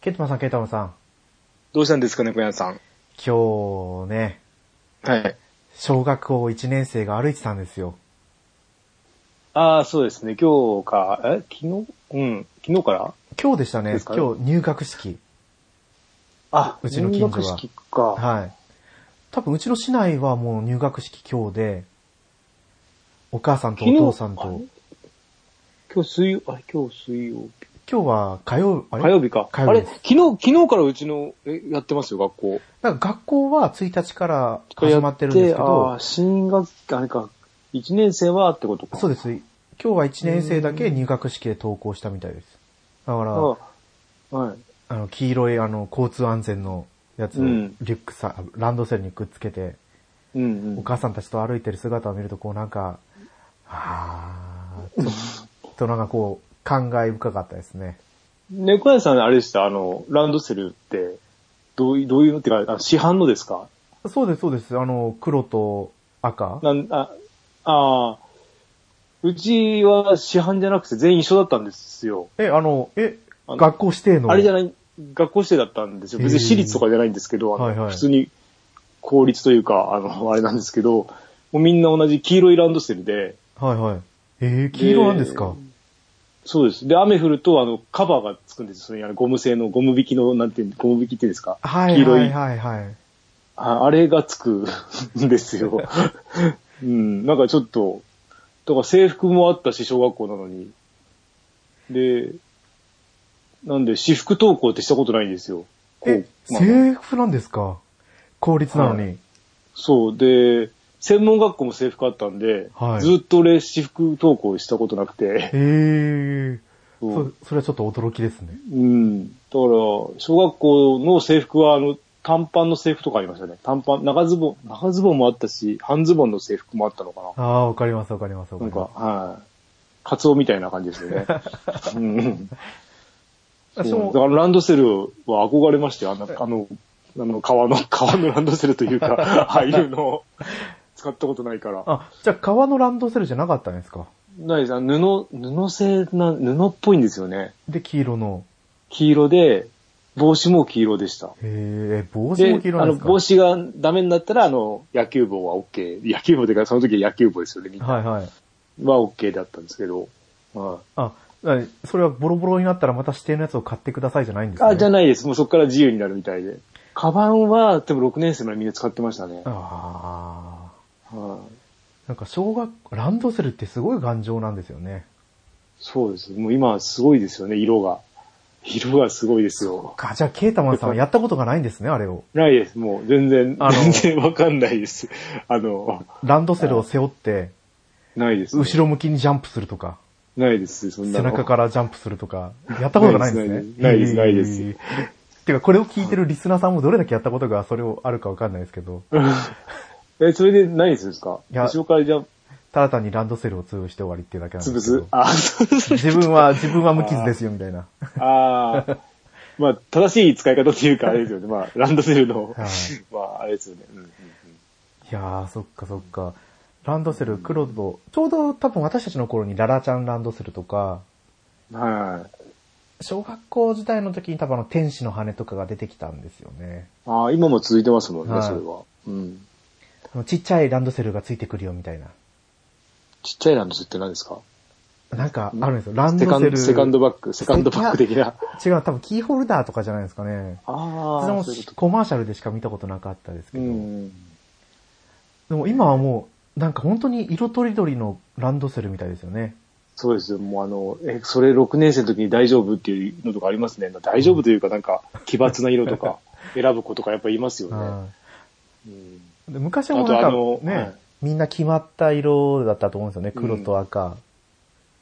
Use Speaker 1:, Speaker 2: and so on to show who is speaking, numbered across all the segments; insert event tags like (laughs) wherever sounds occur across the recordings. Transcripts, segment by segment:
Speaker 1: ケントマンさん、ケイタマンさん、
Speaker 2: どうしたんですかね、小屋さん。
Speaker 1: 今日ね、
Speaker 2: はい。
Speaker 1: 小学校1年生が歩いてたんですよ。
Speaker 2: ああ、そうですね。今日か、え昨日うん。昨日から
Speaker 1: 今日でしたね。
Speaker 2: ですかね
Speaker 1: 今日入学式。
Speaker 2: あ、
Speaker 1: うちの近所は
Speaker 2: 入学式か。
Speaker 1: はい。多分うちの市内はもう入学式今日で、お母さんとお父さん
Speaker 2: 昨
Speaker 1: と
Speaker 2: 日、今日水曜、あれ今日水曜日。
Speaker 1: 今日は火曜、あれ
Speaker 2: 火曜日か。
Speaker 1: 火曜日
Speaker 2: あれ、
Speaker 1: です
Speaker 2: 昨日、昨日からうちの、え、やってますよ、学校。
Speaker 1: なんか学校は1日から始まってるんですけ
Speaker 2: ああー、
Speaker 1: ど、
Speaker 2: 新学期、あれか、1年生はってことか。
Speaker 1: そう
Speaker 2: う
Speaker 1: です。今日は1年生だけ入学式で登校したみたいです。だから、
Speaker 2: ああはい。
Speaker 1: あの、黄色いあの、交通安全のやつを、
Speaker 2: うん
Speaker 1: リュックさ、あランドセルにくっつけて、
Speaker 2: うんう
Speaker 1: お
Speaker 2: ん。
Speaker 1: 母さんたちと歩いてる姿を見ると、こうなんか、あー、ちょっとなんかこう、感慨深かったですね。
Speaker 2: 猫屋さん、あれでした、あの、ランドセルって、どういう、どういうのっていうか、あ市販のですか
Speaker 1: そうです、そうです。あの、黒と赤。
Speaker 2: なん、あ、ああ、うちは市販じゃなくて全員一緒だったんですよ。
Speaker 1: え、あの、え、
Speaker 2: あの
Speaker 1: 学校指定の。
Speaker 2: あれじゃない、学校指定だったんですよ。別に私立とかじゃないんですけど、あの
Speaker 1: はいはい
Speaker 2: 普通に公立というか、あの、あれなんですけど、もうみんな同じ黄色いランドセルで、
Speaker 1: はいはい。えー、黄色なんですか、
Speaker 2: そうです。で、雨降ると、あの、カバーがつくんですよ。それにあのゴム製の、ゴム引きの、なんていう、ゴム引きっていうんですか
Speaker 1: はい
Speaker 2: 黄
Speaker 1: は
Speaker 2: 色
Speaker 1: い
Speaker 2: い
Speaker 1: はいはい。
Speaker 2: ああれがつくんです
Speaker 1: (laughs)
Speaker 2: よ。うん、なんかちょっと、だから制服もあったし、小学校なのに。で、なんで、私服登校ってしたことないんですよ。こ
Speaker 1: え
Speaker 2: う、まあ
Speaker 1: 制服なんですか公立なのに。
Speaker 2: そう、で、専門学校も制服あったんで、
Speaker 1: はい
Speaker 2: ずっと俺、私服登校したことなくて、
Speaker 1: (laughs) えー、
Speaker 2: う
Speaker 1: そ
Speaker 2: ん、、
Speaker 1: それはちょっと驚きですね。
Speaker 2: うんだから、小学校の制服は、あの、短パンの制服とかありましたね。短パン、長ズボン、長ズボンもあったし、半ズボンの制服もあったのかな。
Speaker 1: ああ、わかりますわかりますわか
Speaker 2: な
Speaker 1: り
Speaker 2: んか、
Speaker 1: ま
Speaker 2: はい。カツオみたいな感じですよね。うん。
Speaker 1: す。私
Speaker 2: そうだ
Speaker 1: も
Speaker 2: からランドセルは憧れましたよ。あの、あの、あの川の、 (laughs) 川のランドセル
Speaker 1: (laughs)
Speaker 2: というか、ああいうのを使ったことないから。
Speaker 1: あ、じゃあ革のランドセルじゃなかったんですか
Speaker 2: ないです。あの布、布製な、布っぽいんですよね。
Speaker 1: で、黄色の。
Speaker 2: 黄色で、帽子も黄色でした。
Speaker 1: へえ、帽子
Speaker 2: で、
Speaker 1: も黄色な
Speaker 2: あ
Speaker 1: んで
Speaker 2: の、
Speaker 1: すか
Speaker 2: 帽子がダメになったら、あの、野球帽は OK。野球帽というか、その時は野球帽ですよね。みんなは
Speaker 1: はいはい。
Speaker 2: OK だったんですけど。はい
Speaker 1: あ、なにそれはボロボロになったらまた指定のやつを買ってくださいじゃないんですね。
Speaker 2: あ、じゃ
Speaker 1: い。
Speaker 2: ないです。もうそこから自由になるみたいで。カバンは、でも6年生までみんな使ってましたね。
Speaker 1: ああ。
Speaker 2: はい
Speaker 1: なんか小学、ランドセルってすごい頑丈なんですよね。
Speaker 2: そうです。もう今はすごいですよね、色が。色がすごいですよ。
Speaker 1: か、じゃあケータマンさんはやったことがないんですね、あれを。
Speaker 2: ないです。もう全然、
Speaker 1: あの
Speaker 2: 全然わかんないです。あの、
Speaker 1: ランドセルを背負って、
Speaker 2: ないです、
Speaker 1: 後ろ向きにジャンプするとか、
Speaker 2: ないです。そんな
Speaker 1: 背
Speaker 2: の
Speaker 1: 中からジャンプするとか、やったことがないんですね。
Speaker 2: ないですないです
Speaker 1: へ
Speaker 2: ない
Speaker 1: ーてか、これを聞いてるリスナーさんもどれだけやったことがそれをあるかわかんないですけど、
Speaker 2: え、それで何するんですか
Speaker 1: いや
Speaker 2: 後ろからじゃあ、
Speaker 1: ただ単にランドセルを通して終わりっていうだけなん
Speaker 2: つ
Speaker 1: で
Speaker 2: ぶ
Speaker 1: すけ
Speaker 2: つ
Speaker 1: ど。 (laughs)
Speaker 2: あ、そうそう
Speaker 1: 自分は、自分は無傷ですよ、み (laughs) たいな。
Speaker 2: ああ。まあ、正しい使い方っていうか、あれですよね。まあ、ランドセルの、
Speaker 1: はい
Speaker 2: まあ、あれですよね。うんうんうん
Speaker 1: いやー、そっかそっか。ランドセル、黒と、ちょうど多分私たちの頃にララちゃんランドセルとか、
Speaker 2: はい。
Speaker 1: 小学校時代の時に多分あの天使の羽とかが出てきたんですよね。
Speaker 2: ああ、今も続いてますもんね、
Speaker 1: はい
Speaker 2: それは。うん。
Speaker 1: あのちっちゃいランドセルがついてくるよみたいな。
Speaker 2: ちっちゃいランドセルって何ですか
Speaker 1: なんかあるんですよ。ラン
Speaker 2: セ
Speaker 1: ド
Speaker 2: カ
Speaker 1: セ
Speaker 2: ンド、
Speaker 1: ル。
Speaker 2: セカンドバッグ、セカンドバッグ的な。
Speaker 1: 違う、多分キーホルダーとかじゃないですかね。
Speaker 2: ああ、
Speaker 1: それも
Speaker 2: そういうことか
Speaker 1: コマーシャルでしか見たことなかったですけ
Speaker 2: う
Speaker 1: ど。
Speaker 2: ん。
Speaker 1: でも今はもう、なんか本当に色とりどりのランドセルみたいですよね。
Speaker 2: そうですよ。もうあの、え、それ6年生の時に大丈夫っていうのとかありますね。大丈夫というか、なんか、奇抜な色
Speaker 1: (laughs)
Speaker 2: とか、選ぶ子とかやっぱりいますよね。
Speaker 1: はい
Speaker 2: うん
Speaker 1: で昔はもうなん
Speaker 2: あと
Speaker 1: か
Speaker 2: あの
Speaker 1: ね、
Speaker 2: はい
Speaker 1: みんな決まった色だったと思うんですよね。黒と赤。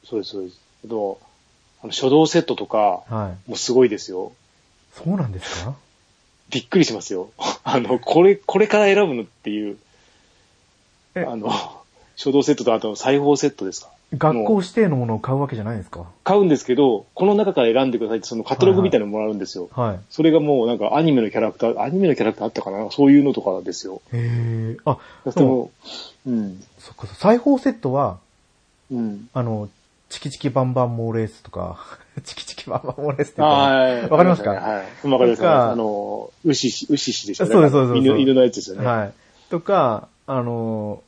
Speaker 2: そうです、そうです。あと、あの書道セットとか、
Speaker 1: はい。
Speaker 2: もうすごいですよ。
Speaker 1: そうなんですか
Speaker 2: びっくりしますよ。 (laughs) あの、これ、これから選ぶのっていう、
Speaker 1: え
Speaker 2: あの、書道セットとあと裁縫セットですか。
Speaker 1: (laughs) 学校指定のものを買うわけじゃないんですか
Speaker 2: 買うんですけど、この中から選んでくださいって、そのカタログみたいなのもらうんですよ。
Speaker 1: はい。
Speaker 2: それがもうなんかアニメのキャラクター、アニメのキャラクターあったかなそういうのとかですよ。
Speaker 1: へえ。あ、
Speaker 2: でも、うん。
Speaker 1: そっか、裁縫セットは、
Speaker 2: うん。
Speaker 1: あの、チキチキバンバンモーレースとか、チキチキ (laughs) まあまあ、モレステ。
Speaker 2: はい。
Speaker 1: わかりますか
Speaker 2: はい。わかります
Speaker 1: なんか
Speaker 2: あの、牛し、牛しでしたね。
Speaker 1: そうですそうですそうです
Speaker 2: 犬、犬のやつですよね。
Speaker 1: はい。とか、あの、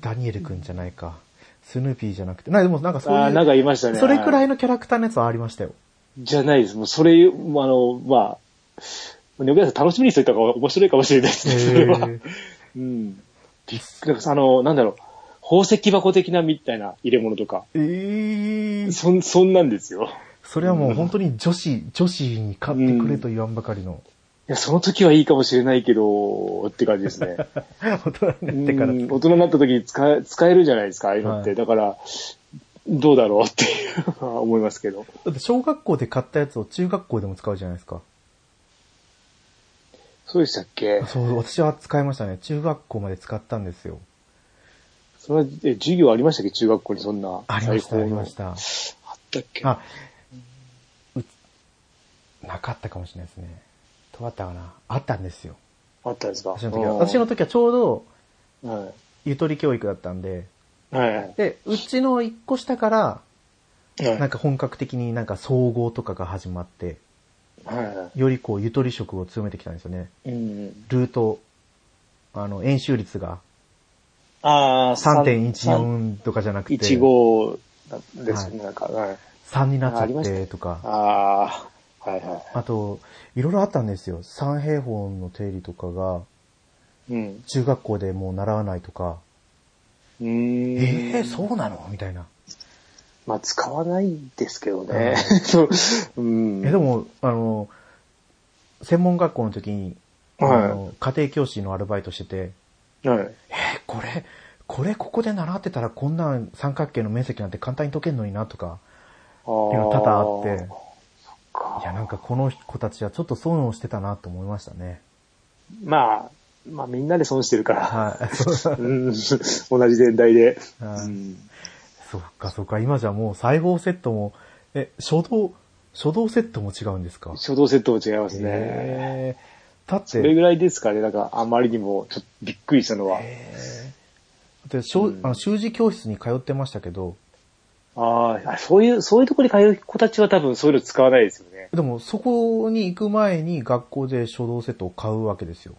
Speaker 1: ダニエルくんじゃないか。スヌーピーじゃなくて。な、でもなんかそう
Speaker 2: ああ、
Speaker 1: い
Speaker 2: なん
Speaker 1: う、
Speaker 2: かいましたね。
Speaker 1: それくらい
Speaker 2: の。
Speaker 1: のキャラクターのやつはありましたよ。
Speaker 2: じゃないです。もうそれ、あの、まあ、ねぶやさん楽しみにしといた方が面白いかもしれないですね、それは。うん。びっくり、あの、なんだろう、宝石箱的なみたいな入れ物とか。
Speaker 1: (laughs) えー
Speaker 2: そん、そんなんですよ。
Speaker 1: それはもう本当に女子、女子に買ってくれと言わんばかりの、
Speaker 2: いや、その時はいいかもしれないけど、って感じです
Speaker 1: (laughs)
Speaker 2: ね。
Speaker 1: 大人になってから
Speaker 2: うん大人になった時に使え、使えるじゃないですか、ああいうのって。
Speaker 1: はい
Speaker 2: だから、どうだろうっていうのは思いますけど。
Speaker 1: だって小学校で買ったやつを中学校でも使うじゃないですか。
Speaker 2: そうでしたっけ
Speaker 1: そう、私は使いましたね。中学校まで使ったんですよ。
Speaker 2: それは、え授業ありましたっけ中学校にそんな。
Speaker 1: ありました、あ
Speaker 2: 最
Speaker 1: り
Speaker 2: 高の
Speaker 1: まし。た。
Speaker 2: あったっけ
Speaker 1: あ、うなかったかもしれないですね。どうだったかなあったんですよ。
Speaker 2: あったんですか
Speaker 1: 私の時
Speaker 2: う
Speaker 1: は。
Speaker 2: ん
Speaker 1: 私の時はちょうど、
Speaker 2: は
Speaker 1: ゆとり教育だったんで、
Speaker 2: い。はい。はい
Speaker 1: で、うちの一個下から、
Speaker 2: はい
Speaker 1: なんか本格的になんか総合とかが始まって、
Speaker 2: は
Speaker 1: よりこうゆとり色を強めてきたんですよね。
Speaker 2: い。うん。
Speaker 1: ルート、あの、演習率が
Speaker 2: ああ、
Speaker 1: 3.14とかじゃなくて、
Speaker 2: 15ですね、なんか。はい
Speaker 1: 3になっ
Speaker 2: ああ
Speaker 1: ち
Speaker 2: り
Speaker 1: ゃっ
Speaker 2: まして
Speaker 1: とか、
Speaker 2: ああ、はいは
Speaker 1: あと、いろいろあったんですよ。三平方の定理とかが、
Speaker 2: い。うん。
Speaker 1: 中学校でもう習わないとか、
Speaker 2: うーん。
Speaker 1: ええそうなのみたいな。
Speaker 2: まあ、使わないですけど
Speaker 1: う
Speaker 2: ね
Speaker 1: ん。
Speaker 2: (laughs) そう。うん。
Speaker 1: え、でも、あの、専門学校の時に、あ
Speaker 2: は
Speaker 1: の家庭教師のアルバイトしてて、
Speaker 2: い。はい。
Speaker 1: えーこれ、これここで習ってたらこんな三角形の面積なんて簡単に解けんのになとか、
Speaker 2: あー
Speaker 1: っていうの多々あって
Speaker 2: か
Speaker 1: いやなんかこの子たちはちょっと損をしてたなと思いましたね。
Speaker 2: まあ、まあみんなで損してるから。
Speaker 1: はい。 (laughs) そう
Speaker 2: (laughs) うん。同じ年代で。
Speaker 1: はい
Speaker 2: うん
Speaker 1: そっかそっか、今じゃもう裁縫セットも、え、書道、書道セットも違うんですか
Speaker 2: 書道セットも違いますね。
Speaker 1: へーだっ
Speaker 2: それ
Speaker 1: て、
Speaker 2: ぐらいですかね。なんか、あまりにも、ちょっとびっくりしたのは。
Speaker 1: で小
Speaker 2: うん
Speaker 1: あの習字教室に通ってましたけど、
Speaker 2: あーあ、そういう、そういうところに通う子たちは多分そういうの使わないですよね。
Speaker 1: でもそこに行く前に学校で書道セットを買うわけですよ。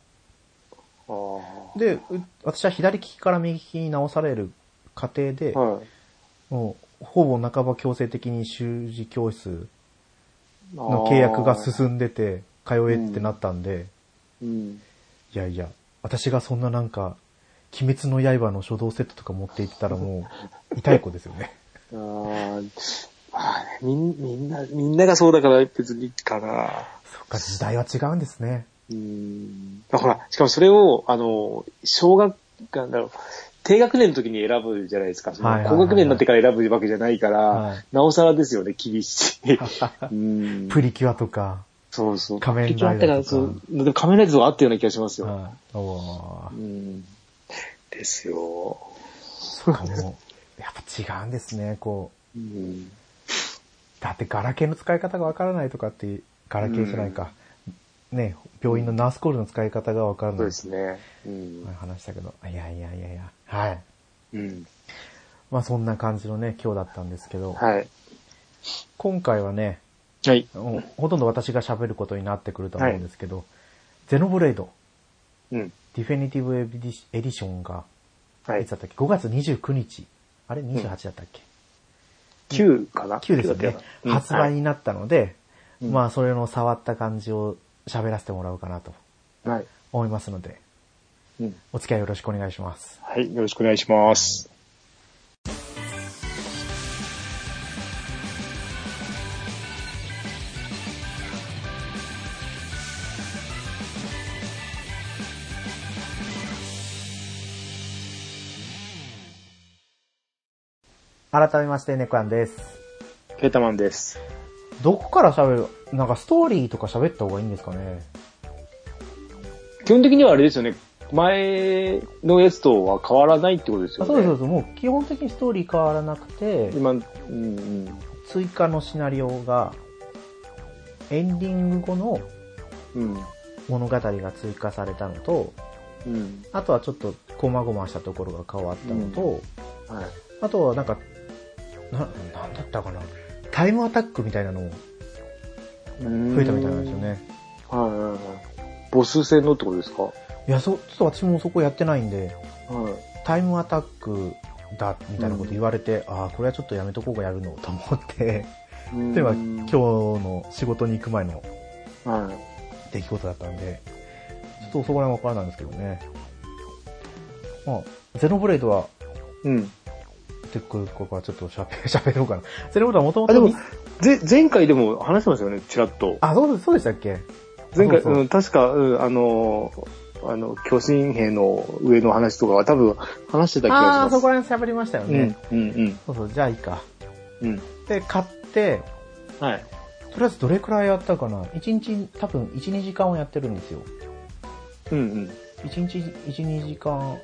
Speaker 2: ああ。
Speaker 1: で、う私は左利きから右利きに直される過程で、
Speaker 2: はい。
Speaker 1: もうほぼ半ば強制的に習字教室の
Speaker 2: の
Speaker 1: 契約が進んでて、通えってなったんで、
Speaker 2: うん。
Speaker 1: いやいや、私がそんななんか、鬼滅の刃の書道セットとか持って行ってたらもう、痛い子ですよ
Speaker 2: (laughs)
Speaker 1: ね。
Speaker 2: あーまあね、みんみんな、みんながそうだから別にいいかな。
Speaker 1: そっか、時代は違うんですね。
Speaker 2: うん。ほら、しかもそれを、あの、小学、なんだろう、低学年の時に選ぶじゃないですか。その
Speaker 1: はいはいはいは
Speaker 2: 高
Speaker 1: い
Speaker 2: 学年になってから選ぶわけじゃないから、
Speaker 1: はい
Speaker 2: なおさらですよね、厳し
Speaker 1: (laughs)
Speaker 2: い。うん。
Speaker 1: プリキュアとか。
Speaker 2: そうそう。
Speaker 1: 仮面ライダーとか
Speaker 2: だから、そう、でも仮面ライダーとかあったような気がしますよ。
Speaker 1: はい。おー
Speaker 2: うん。ですよ。
Speaker 1: そっかもう、やっぱ違うんですね、こ
Speaker 2: うん。
Speaker 1: う。だってガラケーの使い方がわからないとかって、ガラケーじゃないか。ね、病院のナースコールの使い方がわから
Speaker 2: そ
Speaker 1: な
Speaker 2: う
Speaker 1: い。
Speaker 2: ですね。うん。
Speaker 1: 前話したけど。いやいやいやいや。はい。
Speaker 2: うん。
Speaker 1: まあそんな感じのね、今日だったんですけど、
Speaker 2: はい。
Speaker 1: 今回はね、
Speaker 2: はい。
Speaker 1: もうほとんど私が喋ることになってくると思うんですけど、ゼノブレイド、
Speaker 2: うん。
Speaker 1: ディフィニティブエディエディションが、
Speaker 2: はいい
Speaker 1: つだ。ったっけ ?5 月29日。あれ ?28 だったっけ、
Speaker 2: 9かな
Speaker 1: ?9 ですよね。
Speaker 2: うん
Speaker 1: 発売になったので、
Speaker 2: うん
Speaker 1: まあそれの触った感じを喋らせてもらおうかなと
Speaker 2: はい。
Speaker 1: 思いますので、
Speaker 2: うん
Speaker 1: お付き合いよろしくお願いします。
Speaker 2: はい。よろしくお願いします。
Speaker 1: 改めまして、ネコアンです。
Speaker 2: ケータマンです。
Speaker 1: どこから喋るなんかストーリーとか喋った方がいいんですかね
Speaker 2: 基本的にはあれですよね。前のやつとは変わらないってことです
Speaker 1: あ
Speaker 2: よ
Speaker 1: そうで
Speaker 2: ね。
Speaker 1: す、そうです。もう基本的にストーリー変わらなくて、
Speaker 2: 今、うんうん。
Speaker 1: 追加のシナリオが、エンディング後の
Speaker 2: うん。
Speaker 1: 物語が追加されたのと、
Speaker 2: うん。
Speaker 1: あとはちょっと細々したところが変わったのと、
Speaker 2: はい。
Speaker 1: あとはなんか、な、なんだったかな。タイムアタックみたいなのも増
Speaker 2: 増
Speaker 1: えたみたいなんですよ。ね。
Speaker 2: はいはいはい。ボス戦のってことですか
Speaker 1: いや、そ、ちょっと私もそこやってないんで、
Speaker 2: はい。
Speaker 1: タイムアタックだ、みたいなこと言われて、ああ、これはちょっとやめとこうがやるの、と思って、例えば今日の仕事に行く前の
Speaker 2: 日。はい。
Speaker 1: 出来事だったんで、ちょっとそこら辺わからないんですけどね。まあ、ゼノブレードは、
Speaker 2: うん。
Speaker 1: てここはちょっと喋、 (laughs) 喋ろうかな。ゼノブレードはもとも
Speaker 2: あ、でも
Speaker 1: と、、
Speaker 2: ぜ、前回でも話してましたよね、ちらっと。
Speaker 1: あ、そうでそうでしたっけ
Speaker 2: 前回、
Speaker 1: そうそう
Speaker 2: うん、確か、うん、あのー、あの、巨神兵の上の話とかは多分話してた気がします。
Speaker 1: ああー、そこら辺喋りましたよね。
Speaker 2: うん、うん、
Speaker 1: そうそう、じゃあいいか。
Speaker 2: うん。うん。
Speaker 1: で、買って、
Speaker 2: はい。
Speaker 1: とりあえずどれくらいやったかな ?1 日、多分1、2時間をやってるんですよ。
Speaker 2: うん、うん。
Speaker 1: 1日、1、2時間、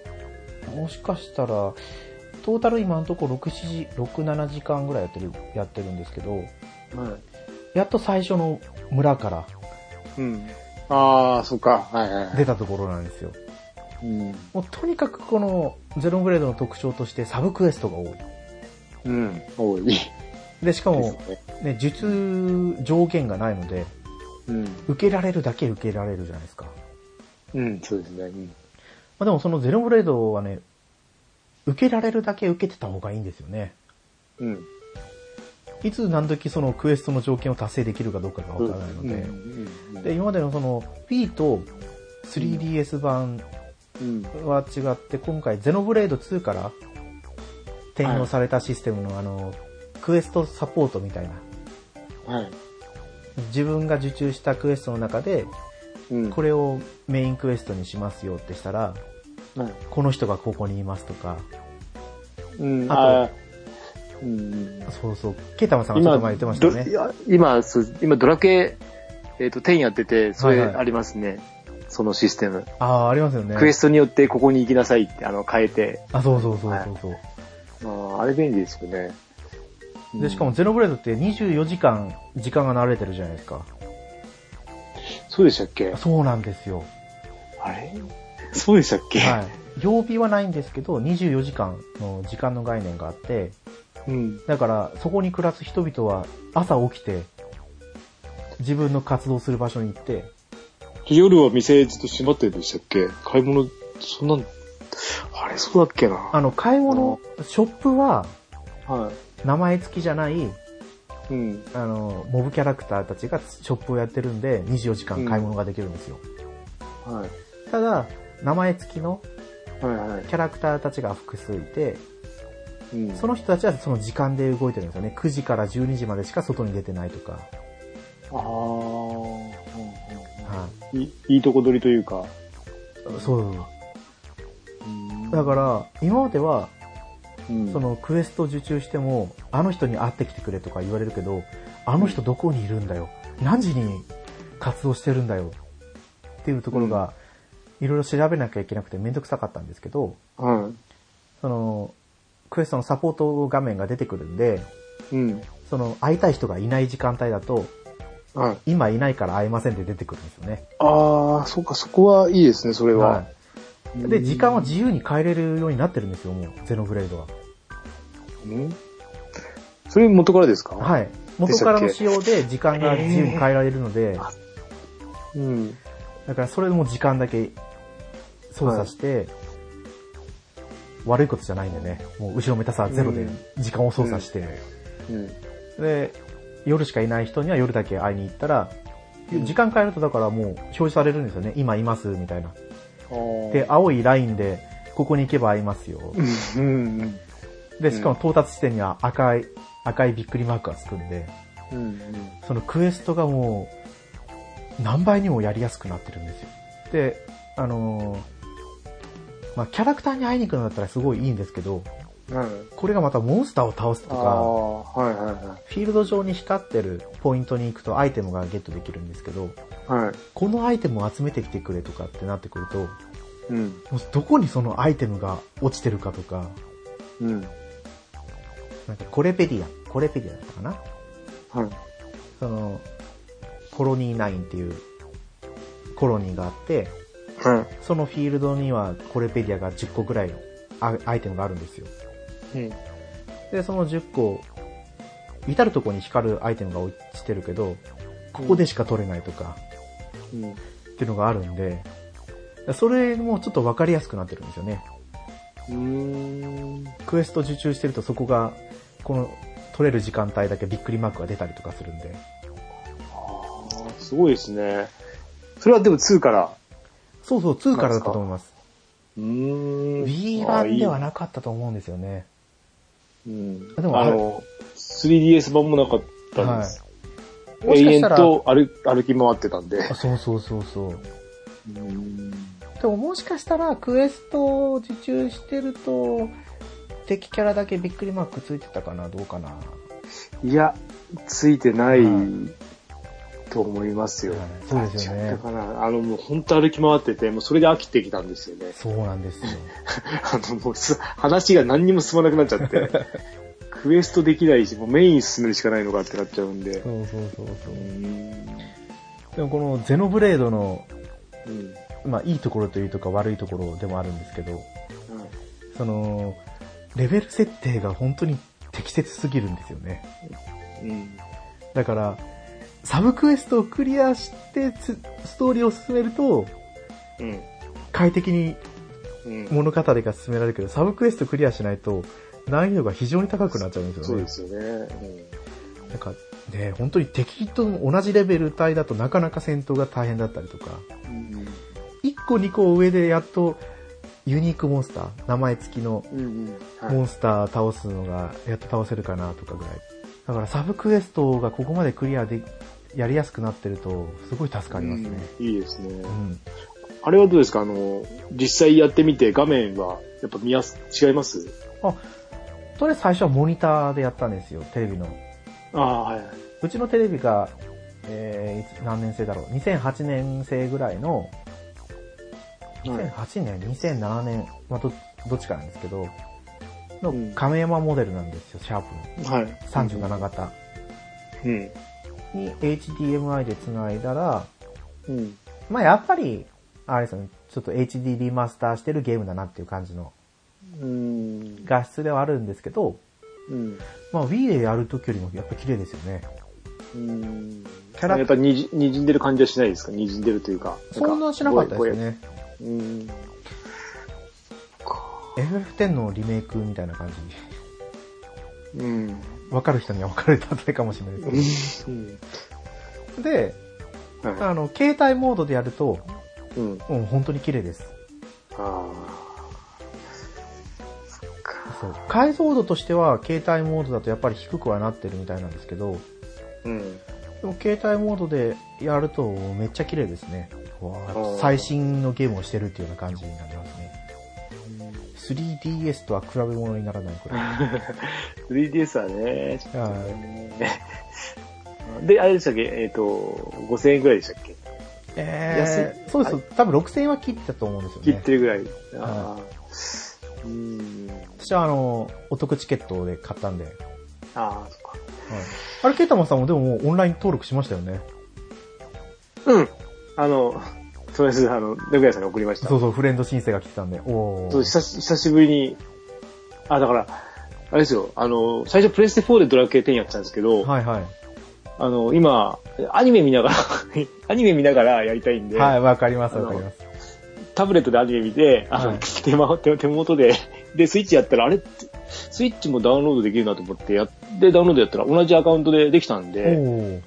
Speaker 1: もしかしたら、トータル今のところ6、7時、6、7時間ぐらいやってる、やってるんですけど、
Speaker 2: はい。
Speaker 1: やっと最初の村から
Speaker 2: うん。ああ、そっか。はいはいはい。
Speaker 1: 出たところなんですよ。
Speaker 2: うん。
Speaker 1: もうとにかくこのゼログレードの特徴としてサブクエストが多い。
Speaker 2: うん。多い。
Speaker 1: で、しかも
Speaker 2: ですね
Speaker 1: ね、術上限がないので、
Speaker 2: うん。
Speaker 1: 受けられるだけ受けられるじゃないですか。ま
Speaker 2: うん、そうですね。うん。
Speaker 1: あ、でもそのゼログレードはね、受けられるだけ受けてた方がいいんですよね。
Speaker 2: うん。
Speaker 1: いつ何時そのクエストの条件を達成できるかどうかがわからないので
Speaker 2: う、んうん
Speaker 1: で、今までのその Wii と 3DS 版
Speaker 2: うん。
Speaker 1: は違って、今回ゼノブレード2から転用されたシステムのあの、クエストサポートみたいな。
Speaker 2: はい。
Speaker 1: 自分が受注したクエストの中で、
Speaker 2: うん。
Speaker 1: これをメインクエストにしますよってしたら、
Speaker 2: れ。はい。
Speaker 1: この人がここにいますとか、
Speaker 2: うん。
Speaker 1: あ
Speaker 2: ああ。うん。
Speaker 1: そうそう、ケータマさんがちょっと前言ってましたよ
Speaker 2: どい
Speaker 1: ね。
Speaker 2: や今、そう今ドラケえっ、と、10やってて、それ
Speaker 1: はいはい
Speaker 2: ありますね。そのシステム。
Speaker 1: ああー、ありますよね。
Speaker 2: クエストによってここに行きなさいって、あの、変えて。
Speaker 1: あ、そうそうそうそうそう。
Speaker 2: あーあれ便利ですよね。うん
Speaker 1: で、しかも、ゼロブレードって24時間時間が流れてるじゃないですか。
Speaker 2: そうでしたっけ
Speaker 1: そうなんですよ。
Speaker 2: あれそうでしたっけ、
Speaker 1: はい。曜日はないんですけど、24時間の時間の概念があって、
Speaker 2: うん。
Speaker 1: だからそこに暮らす人々は朝起きて、自分の活動する場所に行って、
Speaker 2: 夜は店ずっと閉まってるんでしたっけ買い物、そんな、あれそうだっけな
Speaker 1: あの、買い物、ショップは
Speaker 2: は
Speaker 1: 名前付きじゃない、
Speaker 2: い。うん。
Speaker 1: あの、モブキャラクターたちがショップをやってるんで、24時間買い物ができるんですよ。
Speaker 2: はい。
Speaker 1: ただ、名前付きの
Speaker 2: はいはい。
Speaker 1: キャラクターたちが複数いて、
Speaker 2: うん、
Speaker 1: その人たちはその時間で動いてるんですよね。9時から12時までしか外に出てないとか。
Speaker 2: ああ、うん
Speaker 1: は
Speaker 2: うん、いいいとこ取りというか。
Speaker 1: い、そう。だ
Speaker 2: ら、
Speaker 1: から、今までは、
Speaker 2: うん
Speaker 1: そのクエスト受注しても、あの人に会ってきてくれとか言われるけど、あの人どこにいるんだよ。何時に活動してるんだよ。っていうところが、いろいろ調べなきゃいけなくてめんどくさかったんですけど、
Speaker 2: は
Speaker 1: その、クエストのサポート画面が出てくるんで、
Speaker 2: い。うん。
Speaker 1: その、会いたい人がいない時間帯だと、
Speaker 2: はい。
Speaker 1: 今いないから会えませんって出てくるんですよね。
Speaker 2: ああ、そっか、そこはいいですね、それは。
Speaker 1: はい。で、時間は自由に変えれるようになってるんですよ、もう、ゼノブレードは。
Speaker 2: うんそれ元からですかい。
Speaker 1: はい。元からの仕様で時間が自由に変えられるので、
Speaker 2: あうん。
Speaker 1: だからそれでも時間だけ操作して、悪いことじゃないんでね、もう後ろめたさゼロで時間を操作して、
Speaker 2: うん。
Speaker 1: で、夜しかいない人には夜だけ会いに行ったら、時間変えるとだからもう表示されるんですよね、今います、みたいな。
Speaker 2: あー
Speaker 1: で、、青いラインで、ここに行けば会いますよ。
Speaker 2: うん。うん。
Speaker 1: で、しかも到達地点には赤い、赤いびっくりマークがつくんで、
Speaker 2: うん。
Speaker 1: そのクエストがもう、何倍にもやりやすくなってるんですよ。で、あのーまあ、キャラクターに会いに行くのだったらすごいいいんですけど、
Speaker 2: うん。はい。
Speaker 1: これがまたモンスターを倒すと
Speaker 2: ああー、
Speaker 1: か、
Speaker 2: はいは
Speaker 1: フィールド上に光ってるポイントに行くとアイテムがゲットできるんですけど、
Speaker 2: いはい。はい。
Speaker 1: このアイテムを集めてきてくれとかってなってくると、
Speaker 2: うん。
Speaker 1: もうどこにそのアイテムが落ちてるかとか、
Speaker 2: うん。
Speaker 1: なんかコレペディア、コレペディアだったかな
Speaker 2: はい。
Speaker 1: その、コロニー9っていうコロニーがあって、
Speaker 2: は
Speaker 1: そのフィールドにはコレペディアが10個ぐらいのアアイテムがあるんですよ。
Speaker 2: い。うん。
Speaker 1: で、その10個至るとこに光るアイテムが落ちてるけど、ここでしか取れないとか、
Speaker 2: うん。
Speaker 1: っていうのがあるんで、それもちょっと分かりやすくなってるんですよね。
Speaker 2: うん。
Speaker 1: クエスト受注してるとそこが、この、取れる時間帯だけびっくりマークが出たりとかするんで。
Speaker 2: あーすごいですね。それはでも2から。
Speaker 1: そうそう、2からだったと思います。
Speaker 2: うーん。
Speaker 1: B 版では
Speaker 2: な
Speaker 1: なかったと思うんですよね。
Speaker 2: うん。
Speaker 1: でもあれ
Speaker 2: あの、3DS 版もなかったん
Speaker 1: は
Speaker 2: です。
Speaker 1: い。もしか
Speaker 2: 永
Speaker 1: した
Speaker 2: 遠
Speaker 1: ら、
Speaker 2: と歩歩き回ってたんで。
Speaker 1: あそうそうそうそう。
Speaker 2: うん。
Speaker 1: でももしかしたらクエストを受注してると、敵キャラだけびっくりマークついてたかな、どうかな。
Speaker 2: いや、ついてない
Speaker 1: は
Speaker 2: と思いますよ
Speaker 1: はい。そうですよね
Speaker 2: だから、あの、もう本当歩き回ってて、もうそれで飽きてきたんですよね。
Speaker 1: そうなんですよ。
Speaker 2: (laughs) あの、もうす、話が何にも進まなくなっちゃ (laughs) って、クエストできないし、もうメイン進めるしかないのかってなっちゃうんで。
Speaker 1: そうそうそうそうう。
Speaker 2: ん。
Speaker 1: でもこのゼノブレードの、
Speaker 2: うん。
Speaker 1: まあいいところというとか悪いところでもあるんですけど、その、レベル設定が本当に適切すぎるんですよね。
Speaker 2: うん。
Speaker 1: だから、サブクエストをクリアしてつストーリーを進めると、
Speaker 2: うん。
Speaker 1: 快適に
Speaker 2: うん。
Speaker 1: 物語が進められるけど、サブクエストクリアしないと、難易度が非常に高くなっちゃうんです
Speaker 2: そ
Speaker 1: よ
Speaker 2: う
Speaker 1: ね
Speaker 2: で。すよね。うん
Speaker 1: なんか、ね、本当に敵と同じレベル帯だとなかなか戦闘が大変だったりとか、
Speaker 2: うん。
Speaker 1: 1個2個上でやっと、ユニークモンスター、名前付きの
Speaker 2: うん。はい
Speaker 1: モンスター倒すのが、やっと倒せるかなとかぐらい。だからサブクエストがここまでクリアで、やりやすくなってると、すごい助かりますね。
Speaker 2: うんいいですね
Speaker 1: う。ん。
Speaker 2: あれはどうですかあの、実際やってみて画面はやっぱ見やす、違います
Speaker 1: とりあえず最初はモニターでやったんですよ、テレビの。
Speaker 2: ああ、はいはい。
Speaker 1: うちのテレビが、えーいつ、何年生だろう。2008年生ぐらいの、
Speaker 2: はい
Speaker 1: 2008年、2007年、まあ、ど、どっちかなんですけど、の
Speaker 2: うん
Speaker 1: 亀山モデルなんですよ、シャープの。
Speaker 2: はい。
Speaker 1: 37型
Speaker 2: うん。
Speaker 1: に HDMI で繋いだら、
Speaker 2: うん。
Speaker 1: まあ、やっぱり、あれですよね、ちょっと HD リマスターしてるゲームだなっていう感じの
Speaker 2: うん。
Speaker 1: 画質ではあるんですけど、
Speaker 2: うん。
Speaker 1: まあ、Wii でやるときよりもやっぱ綺麗ですよね。
Speaker 2: うん。
Speaker 1: キャラ
Speaker 2: やっぱにじ滲んでる感じはしないですか滲んでるというか。
Speaker 1: そんなしなかったですよね。
Speaker 2: ぼや。ぼやうん。
Speaker 1: FF10 のリメイクみたいな感じ。
Speaker 2: うん。
Speaker 1: わかる人にはわかる例えかもしれないです
Speaker 2: うん。
Speaker 1: けど。で、
Speaker 2: は
Speaker 1: あの、携帯モードでやると、
Speaker 2: い。うん。
Speaker 1: うん、本当に綺麗です。
Speaker 2: ああ。
Speaker 1: そう。解像度としては、携帯モードだとやっぱり低くはなってるみたいなんですけど、
Speaker 2: うん。
Speaker 1: でも携帯モードでやるとめっちゃ綺麗ですね。わあ
Speaker 2: うん
Speaker 1: 最新のゲームをしてるっていうような感じになりますね。3DS とは比べ物にならないくらい。
Speaker 2: 3DS はね、ちょっとね。で、あれでしたっけえっ、と、5000円ぐらいでしたっけ
Speaker 1: え
Speaker 2: 安
Speaker 1: ー、
Speaker 2: い
Speaker 1: そうです。多分6000円は切ってたと思うんですよね。
Speaker 2: 切ってるぐらい。ああ。うん。
Speaker 1: 私はあの、お得チケットで買ったんで。はい、
Speaker 2: ああ、そっか。
Speaker 1: あれ、ケイタマンさんもでももうオンライン登録しましたよね。
Speaker 2: うん。あの、とりあえず、あの、猫屋さんに送りました。
Speaker 1: そうそう、フレンド申請が来てたんで。お
Speaker 2: そう
Speaker 1: ー。
Speaker 2: 久し久しぶりに、あ、だから、あれですよ、あの、最初プレステ4でドラクエ10やってたんですけど、
Speaker 1: はいはい。
Speaker 2: あの、今、アニメ見ながら、 (laughs) アニメ見ながらやりたいんで、
Speaker 1: はい、わかります、わかります。
Speaker 2: タブレットでアニメ見て、あの
Speaker 1: はい
Speaker 2: 手間手手元で、で、スイッチやったら、あれってスイッチもダウンロードできるなと思って、やって、ダウンロードやったら同じアカウントでできたん
Speaker 1: お
Speaker 2: で、
Speaker 1: ー。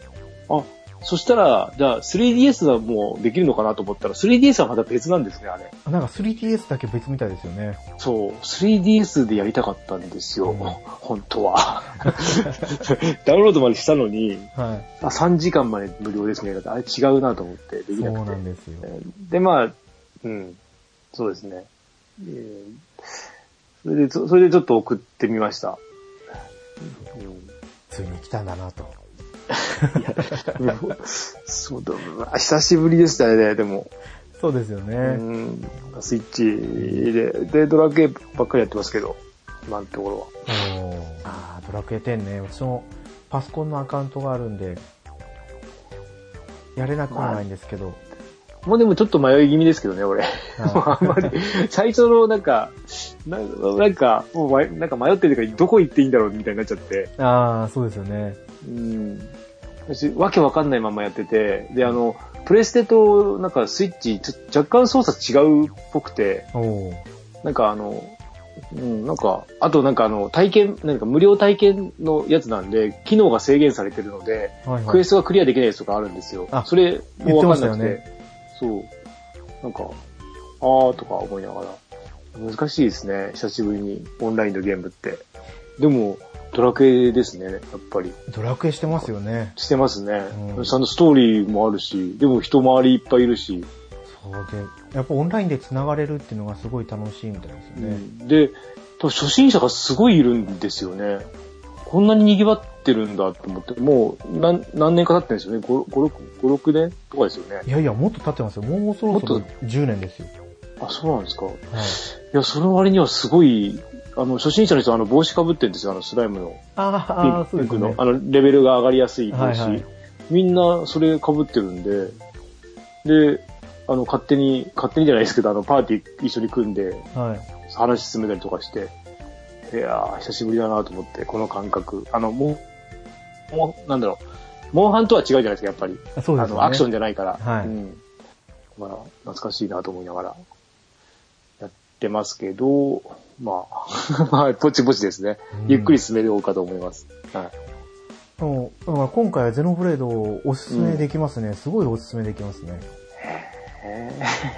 Speaker 2: あ、そしたら、じゃあ 3DS はもうできるのかなと思ったら、3DS はまた別なんですね、あれ。
Speaker 1: なんか 3DS だけ別みたいですよね。
Speaker 2: そう、3DS でやりたかったんですよ、
Speaker 1: うん
Speaker 2: 本当は。 (laughs) ダウンロードまでしたのに、
Speaker 1: はい。
Speaker 2: あ、3時間まで無料ですね。だってあれ違うなと思って、でき
Speaker 1: そう
Speaker 2: なく
Speaker 1: な
Speaker 2: て。
Speaker 1: んですよ。
Speaker 2: で、まあ、うん、そうですね。えーそれで、そそれでちょっと送ってみました。う
Speaker 1: ついに来たんだなと。
Speaker 2: ん、いやそうだな、久しぶりでしたね、でも。
Speaker 1: そうですよね。
Speaker 2: うん、スイッチで、で、ドラクエばっかりやってますけど、今のところは。
Speaker 1: おーあードラクエ10ね。私もパソコンのアカウントがあるんで、やれなくはないんですけど。
Speaker 2: (laughs) もうでもちょっと迷い気味ですけどね、俺。
Speaker 1: は
Speaker 2: あんまり、最初のなんか、ななんか、もう迷なんか迷ってるから、どこ行っていいんだろうみたいになっちゃって。
Speaker 1: ああ、そうですよね。
Speaker 2: うん。私、わけわかんないままやってて、で、あの、プレステと、なんかスイッチ、ちょ若干操作違うっぽくて、
Speaker 1: おお。
Speaker 2: なんかあの、うん、なんか、あとなんかあの、体験、なんか無料体験のやつなんで、機能が制限されてるので、
Speaker 1: はいは
Speaker 2: クエ
Speaker 1: い。
Speaker 2: ストがクリアできないやつとかあるんですよ。
Speaker 1: あ
Speaker 2: それもわかんなくて。
Speaker 1: 言って
Speaker 2: そう。なんか、あーとか思いながら。難しいですね。久しぶりにオンラインのゲームって。でも、ドラクエですね、やっぱり。
Speaker 1: ドラクエしてますよね。
Speaker 2: してますね。
Speaker 1: うん
Speaker 2: ちゃんとストーリーもあるし、でも人回りいっぱいいるし。
Speaker 1: そうで、やっぱオンラインで繋がれるっていうのがすごい楽しいみたいですよね。
Speaker 2: で、多分初心者がすごいいるんですよね。こんなに賑わってるんだと思って、もう何何年か経ってるんですよね。5、5 6、5 6年とかですよね。
Speaker 1: いやいや、もっと経ってますよ。もうそろそろ
Speaker 2: もっ
Speaker 1: 10年ですよ。
Speaker 2: あ、そうなんですか。
Speaker 1: はい。
Speaker 2: いや、その割にはすごい、あの、初心者の人はあの帽子かぶってるんですよ、あのスライムの。ピン
Speaker 1: ああ、そう
Speaker 2: ピ
Speaker 1: で
Speaker 2: ン
Speaker 1: す
Speaker 2: クの、
Speaker 1: ね。
Speaker 2: あの、レベルが上がりやすい帽子。
Speaker 1: はいはい
Speaker 2: みんなそれかぶってるんで、で、あの、勝手に、勝手にじゃないですけど、あの、パーティー一緒に組んで、
Speaker 1: はい。
Speaker 2: 話進めたりとかして、いやー、久しぶりだなと思って、この感覚。あの、もう、もう、なんだろう、モンハンとは違うじゃないですか、やっぱり。
Speaker 1: あそうで
Speaker 2: あ
Speaker 1: すよね。
Speaker 2: の、アクションじゃないから。
Speaker 1: はい
Speaker 2: うん。まあ、懐かしいなと思いながら、やってますけど、まあ、 (laughs) まあ、ぼちぼちですね
Speaker 1: うん。
Speaker 2: ゆっくり進めようかと思います。はい。
Speaker 1: もうだから今回はゼノブレードをおすすめできますね。すごいおすすめできますね。
Speaker 2: ね